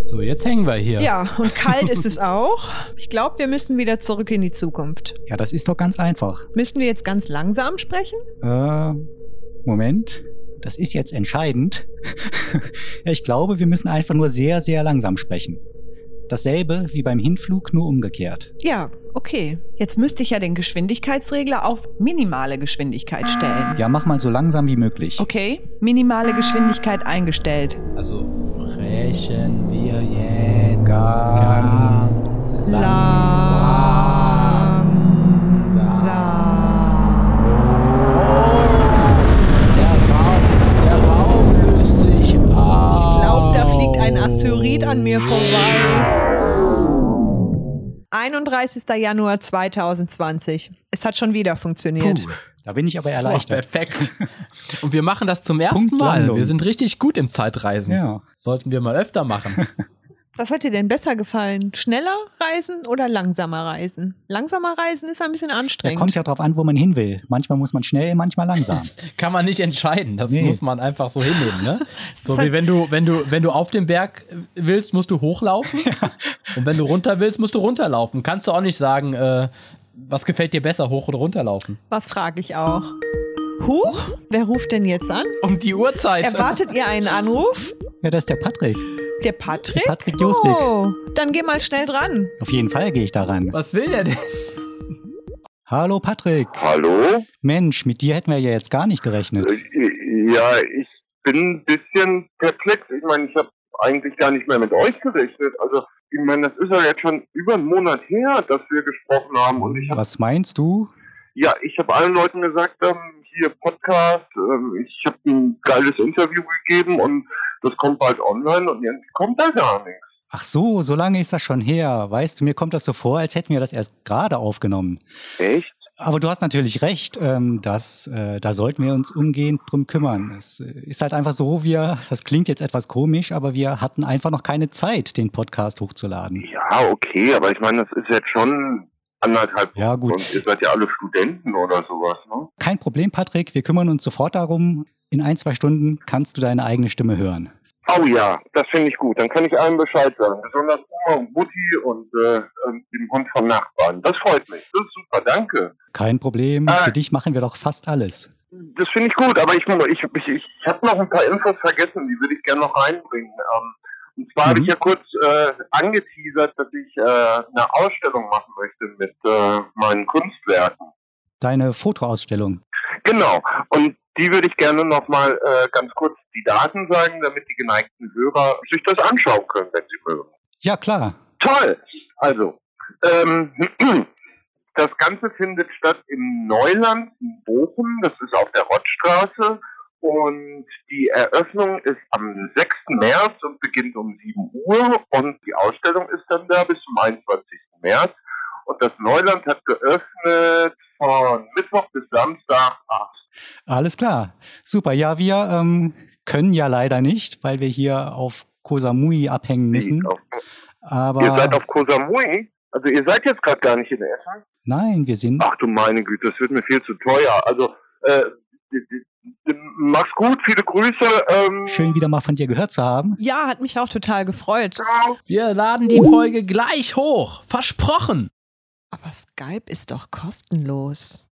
Speaker 11: So, jetzt hängen wir hier.
Speaker 12: Ja, und kalt ist es auch. Ich glaube, wir müssen wieder zurück in die Zukunft.
Speaker 13: Ja, das ist doch ganz einfach.
Speaker 12: Müssen wir jetzt ganz langsam sprechen?
Speaker 13: Äh, Moment.
Speaker 14: das ist jetzt entscheidend. ja, ich glaube, wir müssen einfach nur sehr, sehr langsam sprechen. Dasselbe wie beim Hinflug, nur umgekehrt.
Speaker 4: Ja, okay. Jetzt müsste ich ja den Geschwindigkeitsregler auf minimale Geschwindigkeit stellen.
Speaker 14: Ja, mach mal so langsam wie möglich.
Speaker 4: Okay, minimale Geschwindigkeit eingestellt.
Speaker 8: Also brechen wir jetzt ganz,
Speaker 4: Langsam.
Speaker 8: Der Raum, der Raum löst sich
Speaker 4: Ich
Speaker 8: ab.
Speaker 4: glaube, da fliegt ein Asteroid an mir vorbei. 31. Januar 2020. Es hat schon wieder funktioniert.
Speaker 14: Da bin ich aber
Speaker 8: Boah,
Speaker 14: erleichtert.
Speaker 8: perfekt. Und wir machen das zum ersten
Speaker 14: Punkt
Speaker 8: Mal.
Speaker 14: Landung.
Speaker 8: Wir sind richtig gut im Zeitreisen.
Speaker 14: Ja.
Speaker 8: Sollten wir mal öfter machen.
Speaker 4: Was hat dir denn besser gefallen? Schneller reisen oder langsamer reisen? Langsamer reisen ist ein bisschen
Speaker 14: Da
Speaker 4: anstrengend.
Speaker 14: kommt ja drauf an, wo man hin will. Manchmal muss man schnell, manchmal langsam.
Speaker 8: Kann man nicht entscheiden. Das
Speaker 14: Nee.
Speaker 8: muss man einfach so hinnehmen. Ne? So
Speaker 4: halt-
Speaker 8: wie wenn du, wenn du, wenn du auf den Berg willst, musst du hochlaufen. Und wenn du runter willst, musst du runterlaufen. Kannst du auch nicht sagen, äh, was gefällt dir besser, hoch oder runterlaufen?
Speaker 4: Was frage ich auch? Huch, wer ruft denn jetzt an?
Speaker 8: Um die Uhrzeit.
Speaker 4: Erwartet ihr einen Anruf?
Speaker 14: Ja, das ist der Patrick.
Speaker 4: Der Patrick?
Speaker 14: Patrick Joswig.
Speaker 4: Oh, dann geh mal schnell dran.
Speaker 14: Auf jeden Fall gehe ich daran.
Speaker 8: Was will der denn?
Speaker 14: Hallo Patrick.
Speaker 7: Hallo?
Speaker 14: Mensch, mit dir hätten wir ja jetzt gar nicht gerechnet.
Speaker 7: Äh, Ja, ich bin ein bisschen perplex. Ich meine, ich habe eigentlich gar nicht mehr mit euch gerechnet. Also, ich meine, das ist ja jetzt schon über einen Monat her, dass wir gesprochen haben. Und ich habe,
Speaker 14: Was meinst du?
Speaker 7: ja, ich habe allen Leuten gesagt, ähm, hier Podcast, ähm, ich habe ein geiles Interview gegeben und das kommt bald online und irgendwie kommt da gar nichts.
Speaker 14: Ach so, so lange ist das schon her. Weißt du, mir kommt das so vor, als hätten wir das erst gerade aufgenommen.
Speaker 7: Echt?
Speaker 14: Aber du hast natürlich recht, ähm, dass, äh, da sollten wir uns umgehend drum kümmern. Es äh, ist halt einfach so, wir, das klingt jetzt etwas komisch, aber wir hatten einfach noch keine Zeit, den Podcast hochzuladen.
Speaker 7: Ja, okay, aber ich meine, das ist jetzt schon anderthalb
Speaker 14: Ja, gut.
Speaker 7: Und ihr seid ja alle Studenten oder sowas, ne?
Speaker 14: Kein Problem, Patrick, wir kümmern uns sofort darum. In ein, zwei Stunden kannst du deine eigene Stimme hören.
Speaker 7: Oh ja, das finde ich gut. Dann kann ich allen Bescheid sagen. Besonders Oma und Mutti und äh, ähm, dem Hund vom Nachbarn. Das freut mich. Das ist super, danke.
Speaker 14: Kein Problem,
Speaker 7: Ah.
Speaker 14: für dich machen wir doch fast alles.
Speaker 7: Das finde ich gut, aber ich, ich, ich, ich habe noch ein paar Infos vergessen, die würde ich gerne noch reinbringen. Ähm, und zwar habe
Speaker 14: Mhm.
Speaker 7: ich ja kurz äh, angeteasert, dass ich äh, eine Ausstellung machen möchte mit äh, meinen Kunstwerken.
Speaker 14: Deine Fotoausstellung.
Speaker 7: Genau. Und die würde ich gerne nochmal äh, ganz kurz die Daten sagen, damit die geneigten Hörer sich das anschauen können, wenn sie mögen.
Speaker 14: Ja, klar.
Speaker 7: Toll! Also, ähm, das Ganze findet statt im Neuland in Bochum, das ist auf der Rottstraße. Und die Eröffnung ist am 6. März und beginnt um 7 Uhr. Und die Ausstellung ist dann da bis zum 21. März. Und das Neuland hat geöffnet von Mittwoch bis Samstag. Ach,
Speaker 14: Alles klar. Super. Ja, wir ähm, können ja leider nicht, weil wir hier auf Kosamui abhängen müssen.
Speaker 7: auf, ihr seid
Speaker 14: Aber
Speaker 7: auf Kosamui? Also ihr seid jetzt gerade gar nicht in Essen?
Speaker 14: nein, wir sind.
Speaker 7: Ach du meine Güte, das wird mir viel zu teuer. Also, äh, d- d- d- mach's gut, viele Grüße. Ähm,
Speaker 14: Schön wieder mal von dir gehört zu haben.
Speaker 4: Ja, hat mich auch total gefreut.
Speaker 7: ciao.
Speaker 8: Wir laden die Folge gleich hoch. Versprochen.
Speaker 4: Aber Skype ist doch kostenlos.